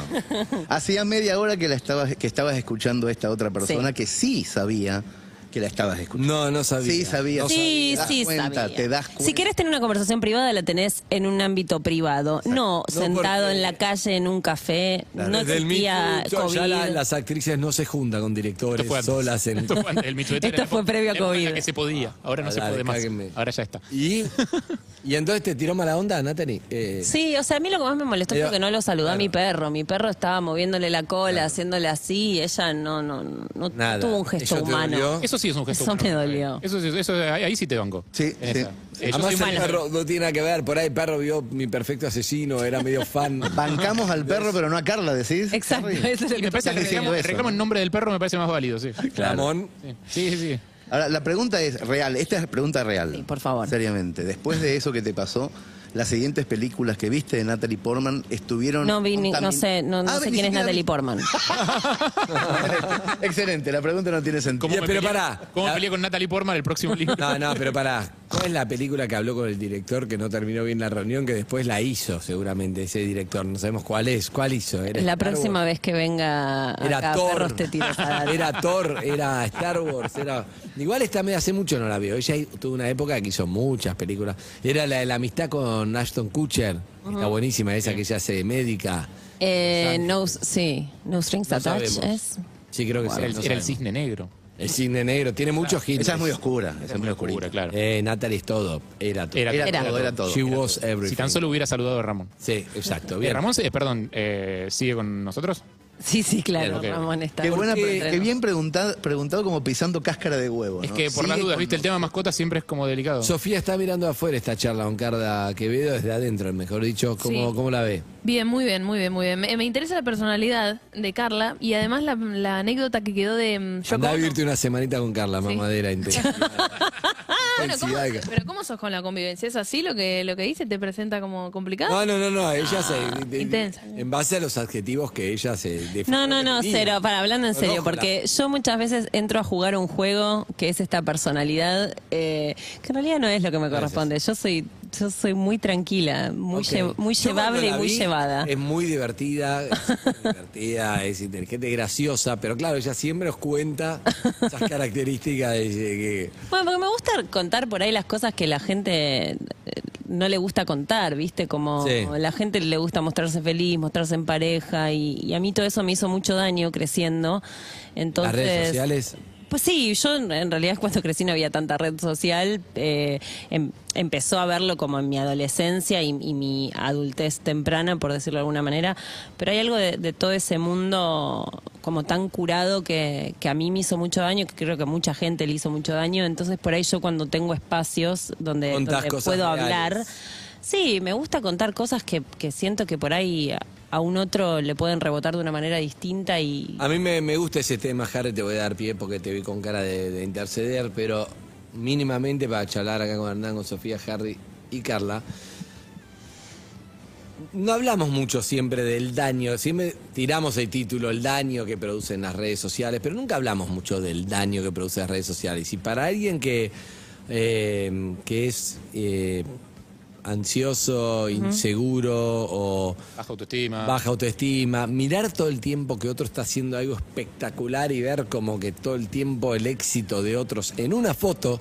[SPEAKER 3] hacía media hora que la estabas, que estabas escuchando a esta otra persona
[SPEAKER 8] Sí.
[SPEAKER 3] que sí sabía que la estabas escuchando.
[SPEAKER 6] No, no sabía.
[SPEAKER 3] Sí, sabía.
[SPEAKER 6] No
[SPEAKER 8] Sí,
[SPEAKER 3] Te das
[SPEAKER 8] sí,
[SPEAKER 3] cuenta,
[SPEAKER 8] sabía.
[SPEAKER 3] te das cuenta.
[SPEAKER 8] Si quieres tener una conversación privada, la tenés en un ámbito privado, no, sentado
[SPEAKER 6] porque-
[SPEAKER 8] en la calle, en un café.
[SPEAKER 6] Claro,
[SPEAKER 8] no
[SPEAKER 6] desde el Me
[SPEAKER 8] existía
[SPEAKER 6] Too, yo-
[SPEAKER 8] COVID.
[SPEAKER 6] Ya la- las actrices no se juntan con directores
[SPEAKER 7] Esto fue antes.
[SPEAKER 6] solas en.
[SPEAKER 7] Esto fue antes del Me Too. Era
[SPEAKER 8] Esto
[SPEAKER 7] la
[SPEAKER 8] fue
[SPEAKER 7] época-
[SPEAKER 8] previo a
[SPEAKER 7] la época en la
[SPEAKER 8] COVID.
[SPEAKER 7] que se podía, ahora no
[SPEAKER 6] Ah,
[SPEAKER 7] se
[SPEAKER 6] dale,
[SPEAKER 7] puede más.
[SPEAKER 6] cáguenme.
[SPEAKER 7] Ahora ya está.
[SPEAKER 6] Y, y entonces te tiró mala onda, Natalie. Eh,
[SPEAKER 8] Sí, o sea, a mí lo que más me molestó
[SPEAKER 6] Pero-
[SPEAKER 8] fue que no lo saludó a
[SPEAKER 6] claro.
[SPEAKER 8] mi perro. Mi perro estaba moviéndole la cola, haciéndole así, y ella no, no, no, no
[SPEAKER 6] Nada.
[SPEAKER 8] tuvo un gesto
[SPEAKER 6] Eso te
[SPEAKER 8] humano.
[SPEAKER 6] dolió.
[SPEAKER 7] Eso sí es un gesto.
[SPEAKER 8] Eso
[SPEAKER 7] humano.
[SPEAKER 8] me dolió.
[SPEAKER 7] Eso, sí- eso- ahí ahí sí te banco.
[SPEAKER 3] Sí,
[SPEAKER 7] En
[SPEAKER 3] sí.
[SPEAKER 7] esa. Eh, yo
[SPEAKER 6] Además, el
[SPEAKER 7] siempre-
[SPEAKER 6] perro no tiene nada que ver. Por ahí el perro vio mi perfecto asesino, era medio
[SPEAKER 3] [LAUGHS]
[SPEAKER 6] fan.
[SPEAKER 3] Bancamos al perro, pero no a Carla, decís.
[SPEAKER 8] Exacto,
[SPEAKER 3] Harry.
[SPEAKER 8] eso es lo
[SPEAKER 7] y
[SPEAKER 8] que
[SPEAKER 7] me parece que
[SPEAKER 3] Estás
[SPEAKER 7] el
[SPEAKER 3] diciendo
[SPEAKER 7] reclamo, el
[SPEAKER 3] eso.
[SPEAKER 7] reclamo en nombre del perro me parece más válido, sí. Sí,
[SPEAKER 6] Clamón.
[SPEAKER 7] sí, sí. [LAUGHS] sí.
[SPEAKER 3] Ahora, la pregunta es real. Esta es pregunta real.
[SPEAKER 8] Sí, por favor.
[SPEAKER 3] Seriamente. Después de eso que te pasó, las siguientes películas que viste de Natalie Portman estuvieron.
[SPEAKER 8] No, vi ni- no
[SPEAKER 3] contamin-
[SPEAKER 8] sé, no, no
[SPEAKER 3] Ah,
[SPEAKER 8] sé
[SPEAKER 3] ni
[SPEAKER 8] quién es
[SPEAKER 3] siquiera
[SPEAKER 8] Natalie
[SPEAKER 3] vi-
[SPEAKER 8] Portman.
[SPEAKER 3] Excelente. [LAUGHS] Excelente, la pregunta no tiene sentido.
[SPEAKER 6] Bien,
[SPEAKER 7] me
[SPEAKER 6] pero
[SPEAKER 7] peleé-
[SPEAKER 6] pará.
[SPEAKER 7] ¿Cómo
[SPEAKER 6] La-
[SPEAKER 7] peleé con Natalie Portman
[SPEAKER 6] [LAUGHS]
[SPEAKER 7] el próximo libro?
[SPEAKER 6] No, no, pero pará. ¿Cuál es la película que habló con el director que no terminó bien la reunión, que después la hizo seguramente ese director? No sabemos cuál es. ¿Cuál hizo? ¿Era
[SPEAKER 8] La
[SPEAKER 6] Star
[SPEAKER 8] próxima
[SPEAKER 6] Wars?
[SPEAKER 8] vez que venga
[SPEAKER 6] Era
[SPEAKER 8] acá,
[SPEAKER 6] Thor.
[SPEAKER 8] perros te
[SPEAKER 6] [LAUGHS]
[SPEAKER 8] tiras a dar.
[SPEAKER 6] Era Thor, era Star Wars. Era... Igual esta media hace mucho no la veo. Ella tuvo una época que hizo muchas películas. Era la de la amistad con Ashton Kutcher. que Está buenísima esa que ella hace de médica.
[SPEAKER 8] Eh, no, sí, No Strings
[SPEAKER 6] No
[SPEAKER 8] Attached
[SPEAKER 6] sabemos.
[SPEAKER 8] es.
[SPEAKER 6] Sí, creo que sí.
[SPEAKER 7] Era el,
[SPEAKER 6] no
[SPEAKER 7] era el
[SPEAKER 6] sabemos.
[SPEAKER 7] cisne negro.
[SPEAKER 6] El cine negro. Tiene muchos hits.
[SPEAKER 3] Esa es muy oscura. Esa es muy oscura.
[SPEAKER 7] Oscura, claro.
[SPEAKER 6] Eh, Natalie es todo. Era todo.
[SPEAKER 7] Era-
[SPEAKER 3] Era,
[SPEAKER 8] Era.
[SPEAKER 3] todo, era todo.
[SPEAKER 6] She
[SPEAKER 3] Era
[SPEAKER 6] was everything.
[SPEAKER 7] Si tan solo hubiera saludado a Ramón.
[SPEAKER 6] Sí, exacto.
[SPEAKER 7] Eh,
[SPEAKER 6] Bien.
[SPEAKER 7] Ramón, eh, perdón, eh, ¿sigue con nosotros?
[SPEAKER 8] Sí, sí, claro,
[SPEAKER 7] Bien, ok.
[SPEAKER 8] Ramón está.
[SPEAKER 3] Qué,
[SPEAKER 8] ¿Por
[SPEAKER 3] buena,
[SPEAKER 8] qué?
[SPEAKER 3] pre- qué bien preguntado, preguntado como pisando cáscara de huevo.
[SPEAKER 7] Es
[SPEAKER 3] ¿no?
[SPEAKER 7] que por las
[SPEAKER 3] Sigue
[SPEAKER 7] dudas,
[SPEAKER 3] con-
[SPEAKER 7] viste, el tema mascota siempre es como delicado.
[SPEAKER 6] Sofía está mirando afuera esta charla con Carda Quevedo desde adentro, mejor dicho. ¿Cómo,
[SPEAKER 1] Sí.
[SPEAKER 6] cómo la ve?
[SPEAKER 1] Bien, muy bien, muy bien, muy bien. Me, me interesa la personalidad de Carla y además la, la anécdota que quedó de mm, Yoko
[SPEAKER 6] Andá a
[SPEAKER 1] Ono.
[SPEAKER 6] vivirte una semanita con Carla, mamadera intensa.
[SPEAKER 8] [LAUGHS]
[SPEAKER 1] Ah, Bueno, ¿cómo-
[SPEAKER 6] Intensidad que-
[SPEAKER 1] pero ¿cómo sos con la convivencia? ¿Es así lo que lo que dice? ¿Te presenta como complicado?
[SPEAKER 6] No, no, no, no, ella se. de- de-
[SPEAKER 1] intensa.
[SPEAKER 6] En base a los adjetivos que ella se. define
[SPEAKER 8] No, no, no,
[SPEAKER 6] definía.
[SPEAKER 8] cero. Para hablando en
[SPEAKER 6] No,
[SPEAKER 8] serio,
[SPEAKER 6] ojalá.
[SPEAKER 8] porque yo muchas veces entro a jugar un juego que es esta personalidad, eh, que en realidad no es lo que me corresponde. Yo soy, yo soy muy tranquila, muy,
[SPEAKER 6] Ok.
[SPEAKER 8] lle- muy
[SPEAKER 6] Yo cuando
[SPEAKER 8] llevable y
[SPEAKER 6] la
[SPEAKER 8] muy
[SPEAKER 6] vi,
[SPEAKER 8] llevada.
[SPEAKER 6] Es muy
[SPEAKER 8] [LAUGHS]
[SPEAKER 6] divertida, es muy divertida, es inteligente, graciosa, pero claro, ella siempre nos cuenta esas
[SPEAKER 8] [LAUGHS]
[SPEAKER 6] características de de que.
[SPEAKER 8] Bueno, porque me gusta contar por ahí las cosas que la gente eh, no le gusta contar, ¿viste? Como
[SPEAKER 6] Sí.
[SPEAKER 8] la gente le gusta mostrarse feliz, mostrarse en pareja, y, y a mí todo eso me hizo mucho daño creciendo. Entonces,
[SPEAKER 6] las redes sociales.
[SPEAKER 8] Pues sí, yo en en realidad cuando crecí no había tanta red social. eh, em- empezó a verlo como en mi adolescencia y, y mi adultez temprana, por decirlo de alguna manera. Pero hay algo de, de todo ese mundo como tan curado que, que a mí me hizo mucho daño, que creo que a mucha gente le hizo mucho daño. Entonces por ahí yo cuando tengo espacios donde,
[SPEAKER 6] Contás
[SPEAKER 8] donde
[SPEAKER 6] cosas
[SPEAKER 8] puedo
[SPEAKER 6] reales.
[SPEAKER 8] hablar... Sí, me gusta contar cosas que, que siento que por ahí a- a un otro le pueden rebotar de una manera distinta y
[SPEAKER 6] A mí me, me gusta ese tema, Harry, te voy a dar pie porque te vi con cara de, de interceder, pero mínimamente para charlar acá con Hernán, con Sofía, Harry y Carla. No hablamos mucho siempre del daño, siempre tiramos el título, el daño que producen las redes sociales, pero nunca hablamos mucho del daño que producen las redes sociales. Y para alguien que, eh, que es eh, ansioso, inseguro o
[SPEAKER 7] Baja autoestima.
[SPEAKER 6] baja autoestima, mirar todo el tiempo que otro está haciendo algo espectacular y ver como que todo el tiempo el éxito de otros en una foto,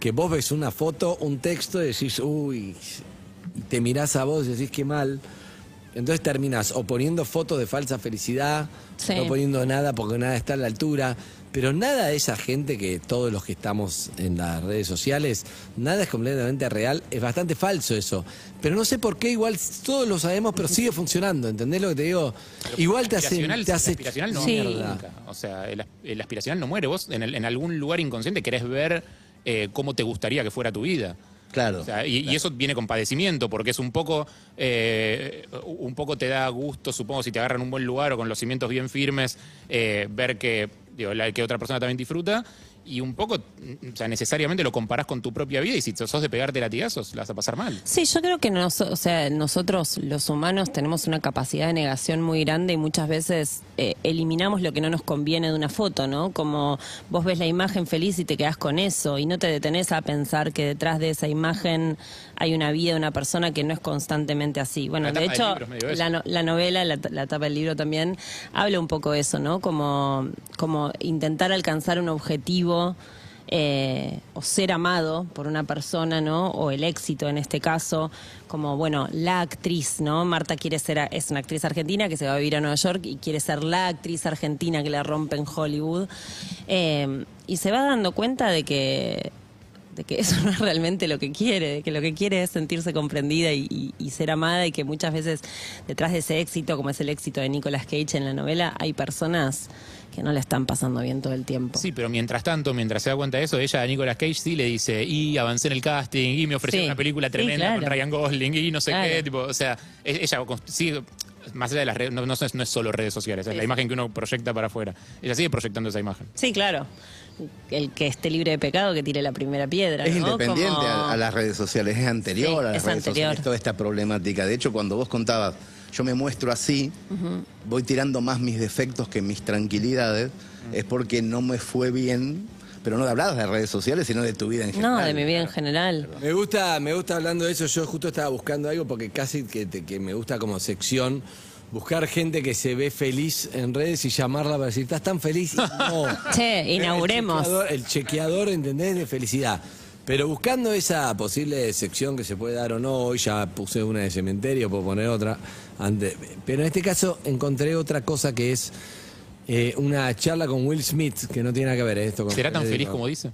[SPEAKER 6] que vos ves una foto, un texto y decís, uy, y te mirás a vos y decís qué mal. Entonces terminás o poniendo fotos de falsa felicidad,
[SPEAKER 8] Sí.
[SPEAKER 6] no poniendo nada porque nada está a la altura, pero nada de esa gente que todos los que estamos en las redes sociales, nada es completamente real, es bastante falso eso. Pero no sé por qué, igual todos lo sabemos, pero sigue funcionando, ¿entendés lo que te digo? igual te hace...
[SPEAKER 7] aspiracional,
[SPEAKER 6] Te hace
[SPEAKER 7] el aspiracional no
[SPEAKER 8] Sí.
[SPEAKER 7] muere nunca. O sea, el, as- el aspiracional no muere. Vos en, el- en algún lugar inconsciente querés ver eh, cómo te gustaría que fuera tu vida.
[SPEAKER 3] Claro.
[SPEAKER 7] O sea, y, y eso viene con padecimiento, porque es un poco, eh, un poco te da gusto, supongo, si te agarran un buen lugar o con los cimientos bien firmes, eh, ver que, digo, la, que otra persona también disfruta. Y un poco, mm, o sea, necesariamente lo comparás con tu propia vida y si sos de pegarte latigazos, la vas a pasar mal.
[SPEAKER 8] Sí, yo creo que nos- o sea, nosotros los humanos tenemos una capacidad de negación muy grande y muchas veces eh, eliminamos lo que no nos conviene de una foto, ¿no? Como vos ves la imagen feliz y te quedás con eso y no te detenés a pensar que detrás de esa imagen hay una vida de una persona que no es constantemente así. Bueno,
[SPEAKER 7] La
[SPEAKER 8] de
[SPEAKER 7] tapa del
[SPEAKER 8] hecho,
[SPEAKER 7] libro es medio eso.
[SPEAKER 8] la, no- la novela, la, ta- la tapa del libro también, habla un poco de eso, ¿no? Como, como intentar alcanzar un objetivo eh, o ser amado por una persona, ¿no? O el éxito en este caso, como, bueno, la actriz, ¿no? Marta quiere ser, a- es una actriz argentina que se va a vivir a Nueva York y quiere ser la actriz argentina que la rompe en Hollywood. Eh, y se va dando cuenta de que de que eso [LAUGHS] no es realmente lo que quiere, de que lo que quiere es sentirse comprendida y, y- y ser amada y que muchas veces detrás de ese éxito, como es el éxito de Nicolas Cage en la novela, hay personas que no la están pasando bien todo el tiempo.
[SPEAKER 7] Sí, pero mientras tanto, mientras se da cuenta de eso, ella a Nicolas Cage sí le dice, y avancé en el casting, y me ofrecieron
[SPEAKER 8] Sí.
[SPEAKER 7] una película
[SPEAKER 8] Sí,
[SPEAKER 7] tremenda con
[SPEAKER 8] claro.
[SPEAKER 7] Ryan Gosling, y no sé
[SPEAKER 8] Claro.
[SPEAKER 7] qué, tipo, o sea, e- ella cons- sigue, más allá de las redes, no, no es, no es solo redes sociales, es la imagen que uno proyecta para afuera. Ella sigue proyectando esa imagen.
[SPEAKER 8] Sí, claro. El que esté libre de pecado que tire la primera piedra.
[SPEAKER 3] Es
[SPEAKER 8] ¿no?
[SPEAKER 3] independiente
[SPEAKER 8] Como-
[SPEAKER 3] a, a las redes sociales, es anterior
[SPEAKER 8] Sí,
[SPEAKER 3] a las
[SPEAKER 8] es
[SPEAKER 3] redes
[SPEAKER 8] anterior.
[SPEAKER 3] sociales toda esta problemática. De hecho, cuando vos contabas, yo me muestro así, voy tirando más mis defectos que mis tranquilidades, es porque no me fue bien, pero no hablabas de redes sociales, sino de tu vida en general.
[SPEAKER 8] No, de mi vida en general.
[SPEAKER 6] Me gusta, me gusta hablando de eso. Yo justo estaba buscando algo porque casi que, te- que me gusta como sección. Buscar gente que se ve feliz en redes y llamarla para decir, ¿estás tan
[SPEAKER 7] [LAUGHS]
[SPEAKER 6] feliz? No.
[SPEAKER 8] Che,
[SPEAKER 6] El
[SPEAKER 8] inauguremos.
[SPEAKER 6] chequeador- El chequeador, ¿entendés? De felicidad. Pero buscando esa posible sección que se puede dar o no, hoy ya puse una de cementerio, puedo poner otra. Antes. Pero en este caso encontré otra cosa que es eh, una charla con Will Smith, que no tiene nada que ver eh, esto con
[SPEAKER 7] ¿Será tan
[SPEAKER 6] Federico.
[SPEAKER 7] feliz como dice?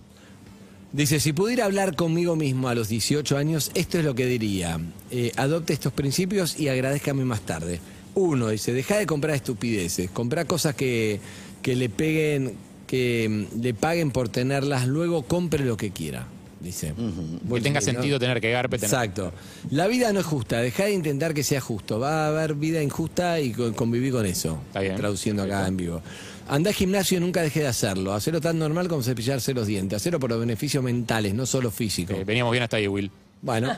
[SPEAKER 6] Dice, si pudiera hablar conmigo mismo a los 18 años, esto es lo que diría. Eh, adopte estos principios y agradezcame más tarde. Uno, dice, deja de comprar estupideces, compra cosas que, que le peguen, que mm, le paguen por tenerlas, luego compre lo que quiera. Dice.
[SPEAKER 7] Que
[SPEAKER 6] Buen
[SPEAKER 7] tenga
[SPEAKER 6] fin, ¿no?
[SPEAKER 7] sentido tener que garpe, tener-
[SPEAKER 6] Exacto. La vida no es justa, deja de intentar que sea justo. Va a haber vida injusta y co- conviví con eso.
[SPEAKER 7] Está bien.
[SPEAKER 6] Traduciendo acá en vivo. Andá al gimnasio y nunca dejé de hacerlo. Hacerlo tan normal como cepillarse los dientes. Hacerlo por los beneficios mentales, no solo físicos.
[SPEAKER 7] Eh, veníamos bien hasta ahí, Will.
[SPEAKER 6] Bueno.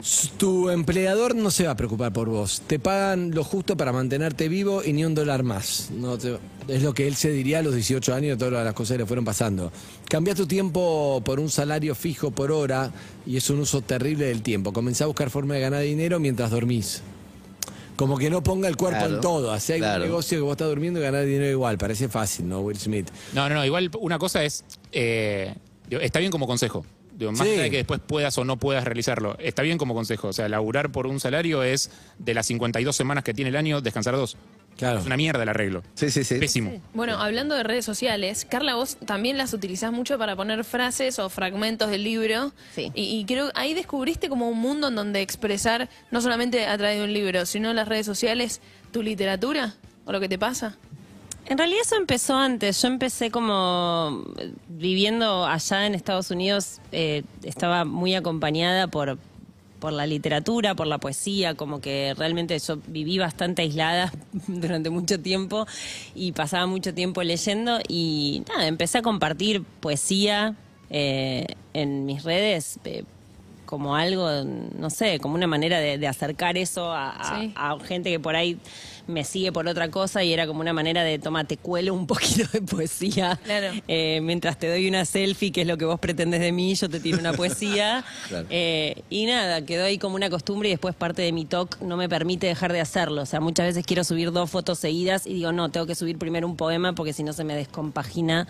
[SPEAKER 6] S- Tu empleador no se va a preocupar por vos. Te pagan lo justo para mantenerte vivo y ni un dólar más. No te- es lo que él se diría a los 18 años, todas las cosas que le fueron pasando. Cambia tu tiempo por un salario fijo por hora y es un uso terrible del tiempo. Comenzá a buscar forma de ganar dinero mientras dormís. Como que no ponga el cuerpo
[SPEAKER 3] Claro,
[SPEAKER 6] en todo. Hace algún
[SPEAKER 3] claro.
[SPEAKER 6] negocio que vos estás durmiendo y ganar dinero igual. Parece fácil, ¿no, Will Smith?
[SPEAKER 7] No, no, no, igual una cosa es, eh, digo, está bien como consejo. Digo, más
[SPEAKER 6] Sí.
[SPEAKER 7] allá de que después puedas o no puedas realizarlo, está bien como consejo. O sea, laburar por un salario es de las 52 semanas que tiene el año, descansar dos.
[SPEAKER 6] Claro.
[SPEAKER 7] Es una mierda el arreglo.
[SPEAKER 3] Sí, sí, sí.
[SPEAKER 7] Pésimo.
[SPEAKER 1] Bueno, hablando de redes sociales, Carla, vos también las utilizás mucho para poner frases o fragmentos del libro.
[SPEAKER 8] Sí.
[SPEAKER 1] Y, y creo que ahí descubriste como un mundo en donde expresar, no solamente a través de un libro, sino en las redes sociales, tu literatura o lo que te pasa.
[SPEAKER 8] En realidad eso empezó antes. Yo empecé como eh, viviendo allá en Estados Unidos, eh, estaba muy acompañada por, por la literatura, por la poesía, como que realmente yo viví bastante aislada [LAUGHS] durante mucho tiempo y pasaba mucho tiempo leyendo y nada, empecé a compartir poesía eh, en mis redes. eh, como algo, no sé, como una manera de, de acercar eso a, a-
[SPEAKER 1] Sí.
[SPEAKER 8] a gente que por ahí me sigue por otra cosa y era como una manera de, toma, te cuelo un poquito de poesía.
[SPEAKER 1] Claro.
[SPEAKER 8] Eh, mientras te doy una selfie, que es lo que vos pretendes de mí, yo te tiro una poesía.
[SPEAKER 3] Claro.
[SPEAKER 8] Eh, y nada, quedó ahí como una costumbre y después parte de mi TOC no me permite dejar de hacerlo. O sea, muchas veces quiero subir dos fotos seguidas y digo, no, tengo que subir primero un poema porque si no se me descompagina.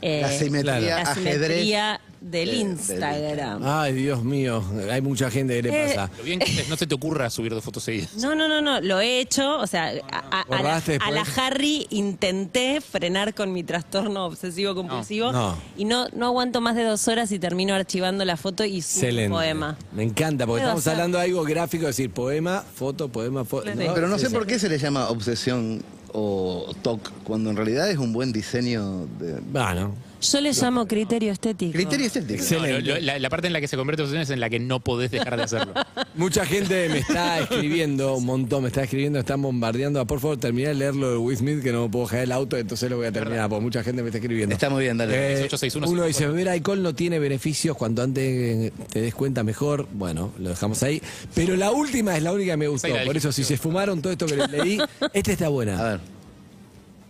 [SPEAKER 8] eh,
[SPEAKER 3] La simetría,
[SPEAKER 8] la
[SPEAKER 3] ajedrez,
[SPEAKER 8] simetría
[SPEAKER 3] eh,
[SPEAKER 8] del
[SPEAKER 3] del
[SPEAKER 8] Instagram.
[SPEAKER 6] Ay, Dios mío. Hay mucha gente que le
[SPEAKER 8] Eh,
[SPEAKER 6] pasa.
[SPEAKER 7] Lo bien que es, no se te ocurra subir dos fotos seguidas.
[SPEAKER 8] No, no, no, no, lo he hecho, o sea, a, a- a la,
[SPEAKER 6] ¿Borraste
[SPEAKER 8] a la
[SPEAKER 6] después?
[SPEAKER 8] Harry intenté frenar con mi trastorno obsesivo compulsivo
[SPEAKER 6] No. No.
[SPEAKER 8] y no, no aguanto más de dos horas y termino archivando la foto y subo un
[SPEAKER 6] Excelente.
[SPEAKER 8] poema.
[SPEAKER 6] Me encanta, porque
[SPEAKER 8] Puedo
[SPEAKER 6] estamos
[SPEAKER 8] hacer.
[SPEAKER 6] hablando de algo gráfico, es decir, poema, foto, poema, foto.
[SPEAKER 3] Pero no sé
[SPEAKER 6] Sí,
[SPEAKER 3] por
[SPEAKER 6] sí.
[SPEAKER 3] qué se le llama obsesión o TOC, cuando en realidad es un buen diseño de...
[SPEAKER 6] Bueno,
[SPEAKER 8] Yo le llamo criterio estético.
[SPEAKER 3] Criterio estético.
[SPEAKER 7] No, lo- lo- la, la parte en la que se convierte en obsesión es en la que no podés dejar de hacerlo.
[SPEAKER 6] mucha gente me está escribiendo, un montón me está escribiendo, están bombardeando. Ah, Por favor, terminá de leerlo de Will Smith, que no puedo dejar el auto, entonces lo voy a terminar, porque mucha gente me está escribiendo.
[SPEAKER 3] Está muy bien, dale.
[SPEAKER 6] Eh,
[SPEAKER 7] 1861,
[SPEAKER 6] uno
[SPEAKER 7] 54.
[SPEAKER 6] dice, beber alcohol no tiene beneficios, cuanto antes te des cuenta mejor. Bueno, lo dejamos ahí. Pero la última es la única que me gustó.
[SPEAKER 7] Esa era
[SPEAKER 6] Por eso, si se fumaron todo esto que les
[SPEAKER 3] [LAUGHS]
[SPEAKER 6] leí, esta está buena.
[SPEAKER 3] A ver.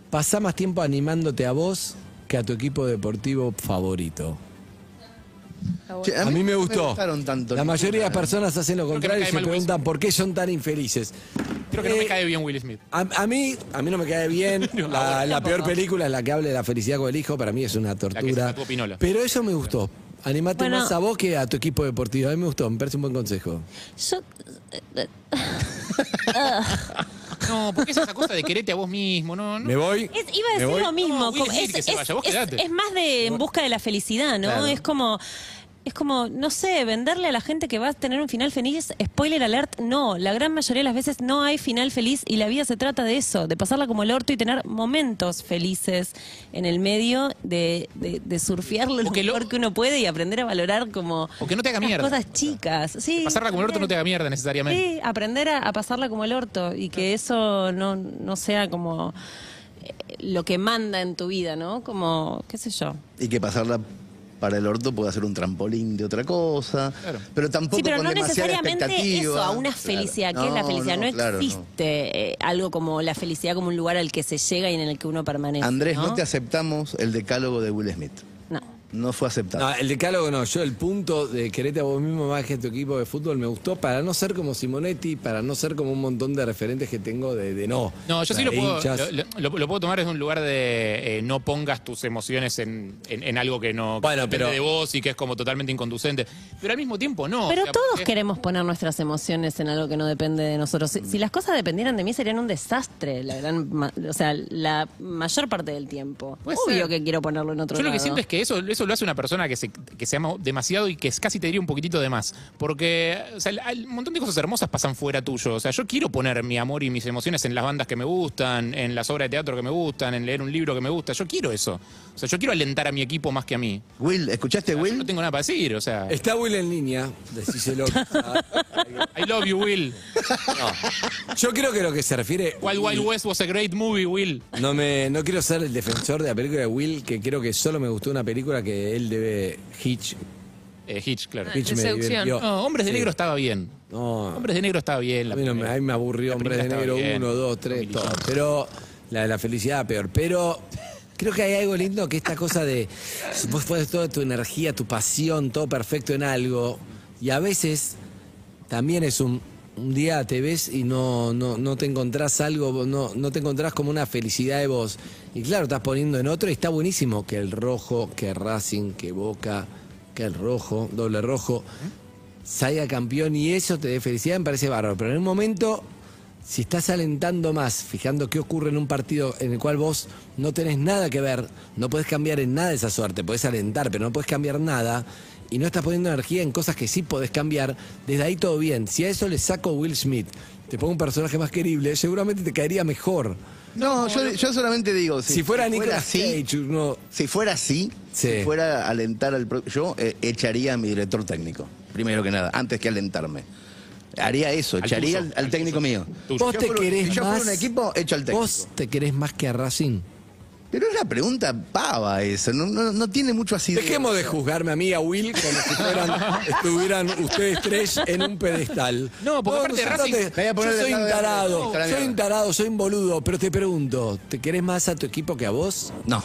[SPEAKER 6] Pasá más tiempo animándote a vos que a tu equipo deportivo favorito.
[SPEAKER 3] Che,
[SPEAKER 6] A mí me
[SPEAKER 3] no
[SPEAKER 6] gustó.
[SPEAKER 3] gustaron tanto
[SPEAKER 6] la
[SPEAKER 3] ninguna,
[SPEAKER 6] mayoría de las
[SPEAKER 3] eh.
[SPEAKER 6] personas hacen lo
[SPEAKER 7] Creo que me
[SPEAKER 6] contrario y
[SPEAKER 7] cae
[SPEAKER 6] se
[SPEAKER 7] mal Will
[SPEAKER 6] preguntan por qué son tan infelices.
[SPEAKER 7] Creo que no me
[SPEAKER 6] Eh,
[SPEAKER 7] cae bien Will Smith.
[SPEAKER 6] A, a mí, a mí no me cae
[SPEAKER 7] [LAUGHS]
[SPEAKER 6] bien. la, la peor película es la que habla de la felicidad con el hijo. Para mí es una tortura.
[SPEAKER 7] sacó Pinola.
[SPEAKER 6] Pero eso me gustó. Animate
[SPEAKER 8] Bueno.
[SPEAKER 6] más a vos que a tu equipo deportivo. A mí me gustó. Me parece un buen consejo.
[SPEAKER 8] Yo, eh,
[SPEAKER 7] No, porque es esa cosa de quererte a vos mismo, no, no.
[SPEAKER 6] Me voy.
[SPEAKER 8] Es- iba a
[SPEAKER 6] Me
[SPEAKER 8] decir
[SPEAKER 6] voy.
[SPEAKER 8] lo mismo.
[SPEAKER 7] No, Will
[SPEAKER 8] como-
[SPEAKER 7] Smith,
[SPEAKER 8] es,
[SPEAKER 7] que se
[SPEAKER 8] es-
[SPEAKER 7] vaya, vos
[SPEAKER 8] es-
[SPEAKER 7] quedate.
[SPEAKER 8] es más de en busca de la felicidad, ¿no? Es como. Es como, no sé, venderle a la gente que va a tener un final feliz, spoiler alert, no. La gran mayoría de las veces no hay final feliz y la vida se trata de eso, de pasarla como el orto y tener momentos felices en el medio, de, de, de surfear lo
[SPEAKER 7] O que lo-
[SPEAKER 8] mejor que uno puede y aprender a valorar como
[SPEAKER 7] O que no te haga
[SPEAKER 8] las
[SPEAKER 7] mierda.
[SPEAKER 8] cosas chicas. Sí,
[SPEAKER 7] Pasarla como el orto no te
[SPEAKER 8] aprender.
[SPEAKER 7] haga mierda necesariamente.
[SPEAKER 8] Sí, aprender a, a pasarla como el orto y que eso no, no sea como eh, lo que manda en tu vida, ¿no? Como, qué sé yo.
[SPEAKER 3] Y que pasarla para el orto puede ser un trampolín de otra cosa.
[SPEAKER 7] Claro.
[SPEAKER 3] Pero tampoco
[SPEAKER 8] Sí, pero
[SPEAKER 3] con
[SPEAKER 8] no
[SPEAKER 3] demasiada
[SPEAKER 8] necesariamente
[SPEAKER 3] expectativa.
[SPEAKER 8] eso, a una
[SPEAKER 3] Claro.
[SPEAKER 8] felicidad. ¿Qué es la felicidad? No,
[SPEAKER 3] claro,
[SPEAKER 8] existe eh, algo como la felicidad como un lugar al que se llega y en el que uno permanece.
[SPEAKER 3] Andrés,
[SPEAKER 8] ¿no?
[SPEAKER 3] ¿no? te aceptamos el decálogo de Will Smith.
[SPEAKER 8] No.
[SPEAKER 3] No fue aceptado.
[SPEAKER 6] No, eh. el decálogo no, yo el punto de quererte a vos mismo más que a tu equipo de fútbol me gustó para no ser como Simonetti, para no ser como un montón de referentes que tengo de, de no.
[SPEAKER 7] No, yo sí lo
[SPEAKER 6] De
[SPEAKER 7] puedo,
[SPEAKER 6] hinchas.
[SPEAKER 7] lo, lo- lo puedo tomar desde un lugar de eh, no pongas tus emociones en, en- en algo que no que
[SPEAKER 6] Bueno,
[SPEAKER 7] depende
[SPEAKER 6] pero-
[SPEAKER 7] de vos y que es como totalmente inconducente. Pero al mismo tiempo no.
[SPEAKER 8] Pero
[SPEAKER 7] o sea, eh,
[SPEAKER 8] todos
[SPEAKER 7] porque-
[SPEAKER 8] queremos poner nuestras emociones en algo que no depende de nosotros. Si, si las cosas dependieran de mí serían un desastre, la gran, ma- o sea, la mayor parte del tiempo.
[SPEAKER 7] Puede
[SPEAKER 8] Obvio
[SPEAKER 7] ser.
[SPEAKER 8] que quiero ponerlo en otro
[SPEAKER 7] Yo lo que
[SPEAKER 8] lado.
[SPEAKER 7] siento es que eso, eso lo hace una persona que se, que se ama demasiado y que es casi te diría un poquitito de más. Porque o sea, hay un montón de cosas hermosas pasan fuera tuyo. O sea, yo quiero poner mi amor y mis emociones en las bandas que me gustan, en las obras de teatro que me gustan, en leer un libro que me gusta. Yo quiero eso. O sea, yo quiero alentar a mi equipo más que a mí.
[SPEAKER 3] Will,
[SPEAKER 6] Ah,
[SPEAKER 3] ¿escuchaste,
[SPEAKER 7] Yo no
[SPEAKER 3] Will?
[SPEAKER 7] tengo nada para decir. O sea,
[SPEAKER 6] Está Will en línea,
[SPEAKER 7] [LAUGHS]
[SPEAKER 6] decíselo. Ah,
[SPEAKER 7] I love you, Will.
[SPEAKER 6] yo creo que lo que se refiere.
[SPEAKER 7] Wild Wild West was a great movie, Will.
[SPEAKER 6] No, me, no quiero ser el defensor de la película de Will, que creo que solo me gustó una película que él debe. Hitch.
[SPEAKER 7] Eh, Hitch, claro.
[SPEAKER 6] Hitch
[SPEAKER 1] de
[SPEAKER 6] me
[SPEAKER 1] seducción.
[SPEAKER 6] divirtió.
[SPEAKER 7] No, Hombres de
[SPEAKER 6] Sí.
[SPEAKER 7] Negro estaba bien.
[SPEAKER 6] No,
[SPEAKER 7] Hombres de Negro estaba bien.
[SPEAKER 6] A
[SPEAKER 7] la
[SPEAKER 6] mí, no me,
[SPEAKER 7] primera.
[SPEAKER 6] a mí me aburrió
[SPEAKER 7] La
[SPEAKER 6] Hombres de
[SPEAKER 7] primera
[SPEAKER 6] Negro
[SPEAKER 7] estaba bien.
[SPEAKER 6] 1, 2, 3, todo. Pero la de la felicidad peor. Pero creo que hay algo lindo que esta cosa de vos pones toda tu energía, tu pasión, todo perfecto en algo. Y a veces también es un, un día te ves y no, no, no te encontrás algo, no, no te encontrás como una felicidad de vos. Y claro, estás poniendo en otro y está buenísimo que el rojo, que Racing, que Boca, que el rojo, doble rojo salga campeón y eso te dé felicidad, me parece bárbaro. Pero en un momento, si estás alentando más, fijando qué ocurre en un partido en el cual vos no tenés nada que ver, no podés cambiar en nada esa suerte, podés alentar, pero no podés cambiar nada. Y no estás poniendo energía en cosas que sí podés cambiar, desde ahí todo bien. Si a eso le saco Will Smith, te pongo un personaje más querible, seguramente te caería mejor.
[SPEAKER 3] No, yo, yo solamente digo.
[SPEAKER 6] si fuera Nicolas
[SPEAKER 3] así.
[SPEAKER 6] Cage, uno-
[SPEAKER 3] Si fuera así,
[SPEAKER 6] Sí.
[SPEAKER 3] si fuera a alentar al... pro- Yo eh, echaría a mi director técnico, primero que nada, antes que alentarme. Haría eso,
[SPEAKER 7] Al tuyo,
[SPEAKER 3] echaría al, al
[SPEAKER 7] al
[SPEAKER 3] técnico
[SPEAKER 7] tuyo.
[SPEAKER 3] mío.
[SPEAKER 7] Tuyo.
[SPEAKER 6] vos
[SPEAKER 3] Si yo
[SPEAKER 6] te
[SPEAKER 3] fuera un-
[SPEAKER 6] querés
[SPEAKER 3] si yo fuera
[SPEAKER 6] más.
[SPEAKER 3] un equipo, echo al técnico.
[SPEAKER 6] Vos te querés más que a Racing.
[SPEAKER 3] Pero es la pregunta pava eso, no, no, no tiene mucho así. de-
[SPEAKER 6] Dejemos de juzgarme a mí y a Will como si
[SPEAKER 7] [LAUGHS]
[SPEAKER 6] fueran, estuvieran ustedes tres en un pedestal.
[SPEAKER 7] No, porque aparte
[SPEAKER 6] se
[SPEAKER 7] de Racing-
[SPEAKER 6] trata de-
[SPEAKER 3] Me voy a poner
[SPEAKER 6] yo soy
[SPEAKER 3] del
[SPEAKER 6] un
[SPEAKER 3] lado de-
[SPEAKER 6] tarado,
[SPEAKER 3] para la
[SPEAKER 6] soy un
[SPEAKER 3] mierda.
[SPEAKER 6] tarado, soy un boludo, pero te pregunto, ¿te querés más a tu equipo que a vos?
[SPEAKER 3] No.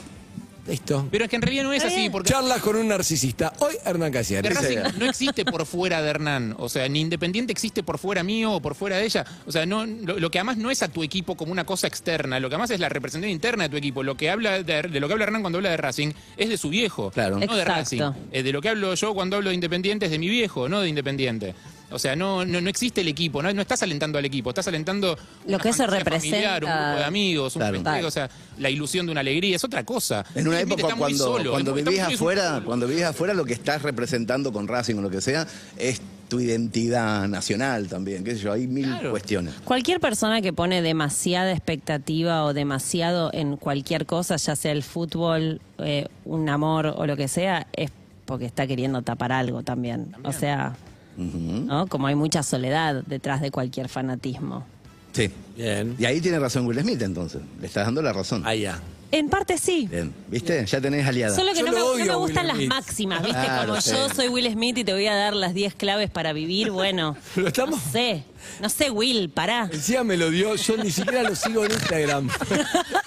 [SPEAKER 6] Listo.
[SPEAKER 7] Pero es que en realidad no es así, porque
[SPEAKER 6] Charlas con un narcisista. Hoy Hernán
[SPEAKER 7] el
[SPEAKER 6] Casiares.
[SPEAKER 7] Racing no existe por fuera de Hernán. O sea, ni Independiente existe por fuera mío o por fuera de ella. O sea, no, lo, lo que además no es a tu equipo como una cosa externa, lo que además es la representación interna de tu equipo. Lo que habla de, de lo que habla Hernán cuando habla de Racing es de su viejo,
[SPEAKER 3] Claro.
[SPEAKER 7] no de
[SPEAKER 8] Exacto.
[SPEAKER 7] Racing. Eh, de lo que hablo yo cuando hablo de Independiente es de mi viejo, no de Independiente. O sea, no, no, no existe el equipo, no, no estás alentando al equipo, estás alentando
[SPEAKER 8] Lo
[SPEAKER 7] una
[SPEAKER 8] que eso
[SPEAKER 7] familia
[SPEAKER 8] representa.
[SPEAKER 7] familiar, un grupo de amigos, un
[SPEAKER 3] Claro.
[SPEAKER 7] festejo, o sea, la ilusión de una alegría, es otra cosa.
[SPEAKER 3] En una
[SPEAKER 7] Will Smith
[SPEAKER 3] época
[SPEAKER 7] está muy
[SPEAKER 3] cuando,
[SPEAKER 7] solo,
[SPEAKER 3] cuando
[SPEAKER 7] está muy-
[SPEAKER 3] vivís
[SPEAKER 7] está muy
[SPEAKER 3] afuera,
[SPEAKER 7] solo.
[SPEAKER 3] cuando vivís afuera lo que estás representando con Racing o lo que sea, es tu identidad nacional también, qué sé yo, hay mil
[SPEAKER 7] Claro.
[SPEAKER 3] cuestiones.
[SPEAKER 8] Cualquier persona que pone demasiada expectativa o demasiado en cualquier cosa, ya sea el fútbol, eh, un amor o lo que sea, es porque está queriendo tapar algo también. O sea, ¿no? como hay mucha soledad detrás de cualquier fanatismo.
[SPEAKER 3] Sí.
[SPEAKER 6] Bien.
[SPEAKER 3] Y ahí tiene razón Will Smith entonces, le estás dando la razón.
[SPEAKER 6] Allá.
[SPEAKER 8] En parte sí.
[SPEAKER 3] Bien, ¿viste? Ya tenés aliada.
[SPEAKER 8] Solo que
[SPEAKER 6] Yo
[SPEAKER 8] no
[SPEAKER 6] lo
[SPEAKER 8] me, no
[SPEAKER 6] odio
[SPEAKER 8] me
[SPEAKER 6] a Will
[SPEAKER 8] gustan las
[SPEAKER 6] Smith. Ah,
[SPEAKER 8] máximas, ¿viste?
[SPEAKER 3] Claro,
[SPEAKER 8] Como
[SPEAKER 3] sí.
[SPEAKER 8] yo soy Will Smith y te voy a dar las 10 claves para vivir, [LAUGHS] bueno.
[SPEAKER 6] Lo estamos-
[SPEAKER 8] No sé, no sé, Will, pará.
[SPEAKER 6] Encima me lo dio, yo ni siquiera lo sigo en Instagram.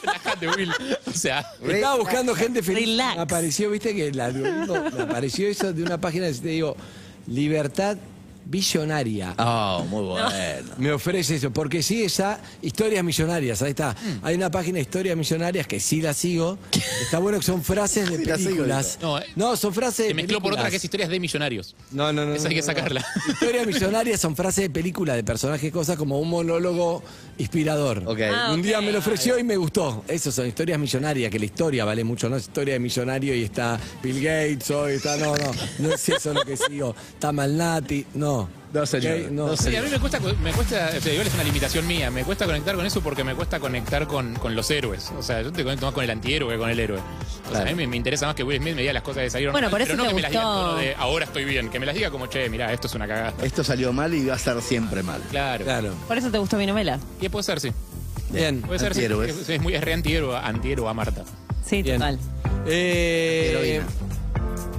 [SPEAKER 7] Relajate, Will. O sea,
[SPEAKER 6] Estaba buscando gente feliz.
[SPEAKER 8] Relax.
[SPEAKER 6] Me apareció, viste que el algoritmo, me apareció eso de una página que te digo, libertad Billonaria.
[SPEAKER 3] Oh, muy bueno.
[SPEAKER 6] Me ofrece eso, porque sí, esa Historias Millonarias, ahí está.
[SPEAKER 7] Mm.
[SPEAKER 6] Hay una página de Historias Millonarias que sí la sigo. Está bueno que son frases
[SPEAKER 7] [LAUGHS]
[SPEAKER 6] de
[SPEAKER 3] Sí la sigo,
[SPEAKER 6] películas.
[SPEAKER 7] digo. No, eh,
[SPEAKER 6] No, son frases
[SPEAKER 7] Se
[SPEAKER 6] de
[SPEAKER 7] mezcló por otra que es
[SPEAKER 6] películas.
[SPEAKER 7] historias de millonarios.
[SPEAKER 6] No, no, no.
[SPEAKER 7] Esa hay
[SPEAKER 6] no,
[SPEAKER 7] que
[SPEAKER 6] no.
[SPEAKER 7] sacarla.
[SPEAKER 6] Historias Millonarias son frases de películas, de personajes, cosas como un monólogo inspirador.
[SPEAKER 3] Ok.
[SPEAKER 8] Ah,
[SPEAKER 6] Un día
[SPEAKER 8] ok.
[SPEAKER 6] me lo ofreció y me gustó. Eso son historias millonarias, que la historia vale mucho, no es historia de millonario y está Bill Gates hoy, está. No, no, no es eso lo que sigo. Está Malnati, no.
[SPEAKER 3] No, señor.
[SPEAKER 6] Ok, no,
[SPEAKER 3] No,
[SPEAKER 7] Sí,
[SPEAKER 3] señor.
[SPEAKER 7] a mí me cuesta, me cuesta, o sea, igual es una limitación mía, me cuesta conectar con eso porque me cuesta conectar con, con los héroes. O sea, yo te conecto más con el antihéroe que con el héroe. O sea, a mí me, me interesa más que Will Smith me diga las cosas de salir
[SPEAKER 8] Bueno, por
[SPEAKER 7] pero
[SPEAKER 8] eso
[SPEAKER 7] no
[SPEAKER 8] te
[SPEAKER 7] que me las diga en
[SPEAKER 8] gustó.
[SPEAKER 7] tono de ahora estoy bien, que me las diga como, che, mirá, esto es una cagada.
[SPEAKER 3] Esto salió mal y va a estar siempre mal.
[SPEAKER 7] Claro.
[SPEAKER 6] Claro.
[SPEAKER 8] Por eso te gustó mi novela.
[SPEAKER 7] Y puede ser, sí.
[SPEAKER 6] Bien.
[SPEAKER 7] Puede ser, sí.
[SPEAKER 3] Antihéroes.
[SPEAKER 7] Es, es muy, es re antihéroe, antihéroe a Marta.
[SPEAKER 8] Sí,
[SPEAKER 6] Bien.
[SPEAKER 8] total.
[SPEAKER 6] Eh,
[SPEAKER 3] Heroína.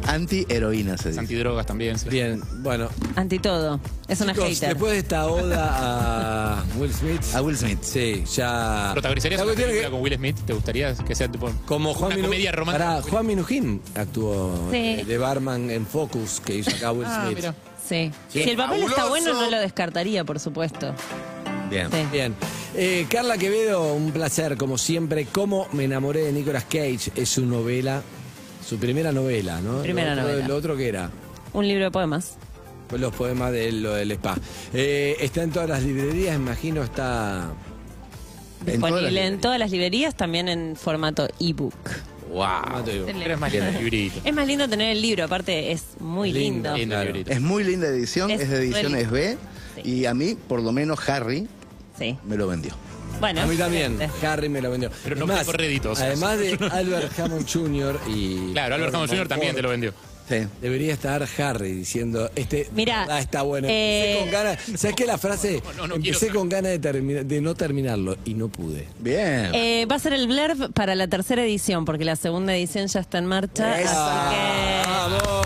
[SPEAKER 3] Anti-heroína se
[SPEAKER 7] Es
[SPEAKER 3] dice.
[SPEAKER 7] antidrogas también, sí.
[SPEAKER 6] Bien, bueno.
[SPEAKER 8] Anti todo. Es una
[SPEAKER 6] Chicos,
[SPEAKER 8] hater.
[SPEAKER 6] después de esta oda a Will Smith.
[SPEAKER 3] A Will Smith.
[SPEAKER 6] Sí, ya.
[SPEAKER 7] ¿Protagonizarías
[SPEAKER 6] La
[SPEAKER 7] una
[SPEAKER 6] cuestión es
[SPEAKER 7] película
[SPEAKER 6] que-
[SPEAKER 7] con Will Smith? ¿Te gustaría que sea tipo
[SPEAKER 6] Como Juan
[SPEAKER 7] una
[SPEAKER 6] Minu-
[SPEAKER 7] comedia romántica?
[SPEAKER 6] Pará, Juan Minujín actuó
[SPEAKER 8] Sí.
[SPEAKER 6] eh, de barman en Focus que hizo acá Will
[SPEAKER 7] Ah,
[SPEAKER 6] Smith.
[SPEAKER 7] mirá.
[SPEAKER 8] Sí.
[SPEAKER 6] Sí.
[SPEAKER 8] Si el papel está
[SPEAKER 3] Fabuloso.
[SPEAKER 8] bueno, no lo descartaría, por supuesto.
[SPEAKER 3] Bien.
[SPEAKER 8] Sí.
[SPEAKER 6] Bien. Eh, Carla Quevedo, un placer, como siempre. ¿Cómo me enamoré de Nicolas Cage? Es su novela, su primera novela, ¿no?
[SPEAKER 8] Primera
[SPEAKER 6] lo otro,
[SPEAKER 8] novela.
[SPEAKER 6] Lo otro que era,
[SPEAKER 8] Un libro de poemas.
[SPEAKER 6] pues los poemas de lo del spa. Eh, está en todas las librerías, imagino, está...
[SPEAKER 3] En todas las
[SPEAKER 8] Disponible en
[SPEAKER 3] librerías.
[SPEAKER 8] todas las librerías, también en formato ebook.
[SPEAKER 3] Wow.
[SPEAKER 7] Pero es más lindo el librito.
[SPEAKER 8] Es más lindo tener el libro, aparte es muy
[SPEAKER 6] Lindo.
[SPEAKER 8] lindo.
[SPEAKER 7] Lindo el librito.
[SPEAKER 3] Es muy linda edición,
[SPEAKER 8] Es
[SPEAKER 3] es, de ediciones B.
[SPEAKER 8] Sí.
[SPEAKER 3] Y a mí, por lo menos, Harry
[SPEAKER 8] Sí.
[SPEAKER 3] me lo vendió.
[SPEAKER 8] Bueno.
[SPEAKER 6] A mí también,
[SPEAKER 8] excelente.
[SPEAKER 6] Harry me lo vendió.
[SPEAKER 7] Pero
[SPEAKER 6] Es
[SPEAKER 7] no
[SPEAKER 6] más,
[SPEAKER 7] por rédito, o sea.
[SPEAKER 6] Además de Albert Hammond Jr. y...
[SPEAKER 7] Claro, Albert Hammond Jr. también te lo vendió.
[SPEAKER 3] Sí.
[SPEAKER 6] Debería estar Harry diciendo, este
[SPEAKER 8] Mirá,
[SPEAKER 6] ah, está bueno.
[SPEAKER 8] eh,
[SPEAKER 6] empecé con ganas, ¿sabes qué la frase?
[SPEAKER 7] no, no, no
[SPEAKER 6] empecé
[SPEAKER 7] quiero-
[SPEAKER 6] con ganas de, termina- de no terminarlo y no pude.
[SPEAKER 3] Bien.
[SPEAKER 8] Eh, va a ser el blurb para la tercera edición, porque la segunda edición ya está en marcha. Así que
[SPEAKER 6] ¡Vamos!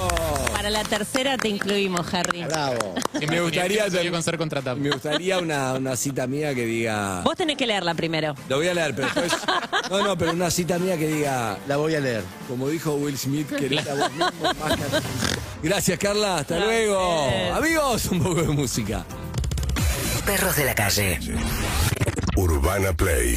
[SPEAKER 8] para la tercera te incluimos, Harry.
[SPEAKER 3] Bravo.
[SPEAKER 7] Siempre
[SPEAKER 6] Me gustaría
[SPEAKER 7] soñé
[SPEAKER 6] ter-
[SPEAKER 7] con ser contratado.
[SPEAKER 6] Me gustaría una, una cita mía que diga.
[SPEAKER 8] Vos tenés que leerla primero.
[SPEAKER 6] Lo voy a leer, pero después.
[SPEAKER 3] [LAUGHS]
[SPEAKER 6] No, no, pero una cita mía que diga.
[SPEAKER 3] La voy a leer.
[SPEAKER 6] Como dijo Will Smith, querés a vos mismo más que
[SPEAKER 3] [LAUGHS]
[SPEAKER 6] a ti. Gracias, Carla. Hasta luego. Amigos, un poco de música.
[SPEAKER 9] Perros de la calle.
[SPEAKER 10] Urbana Play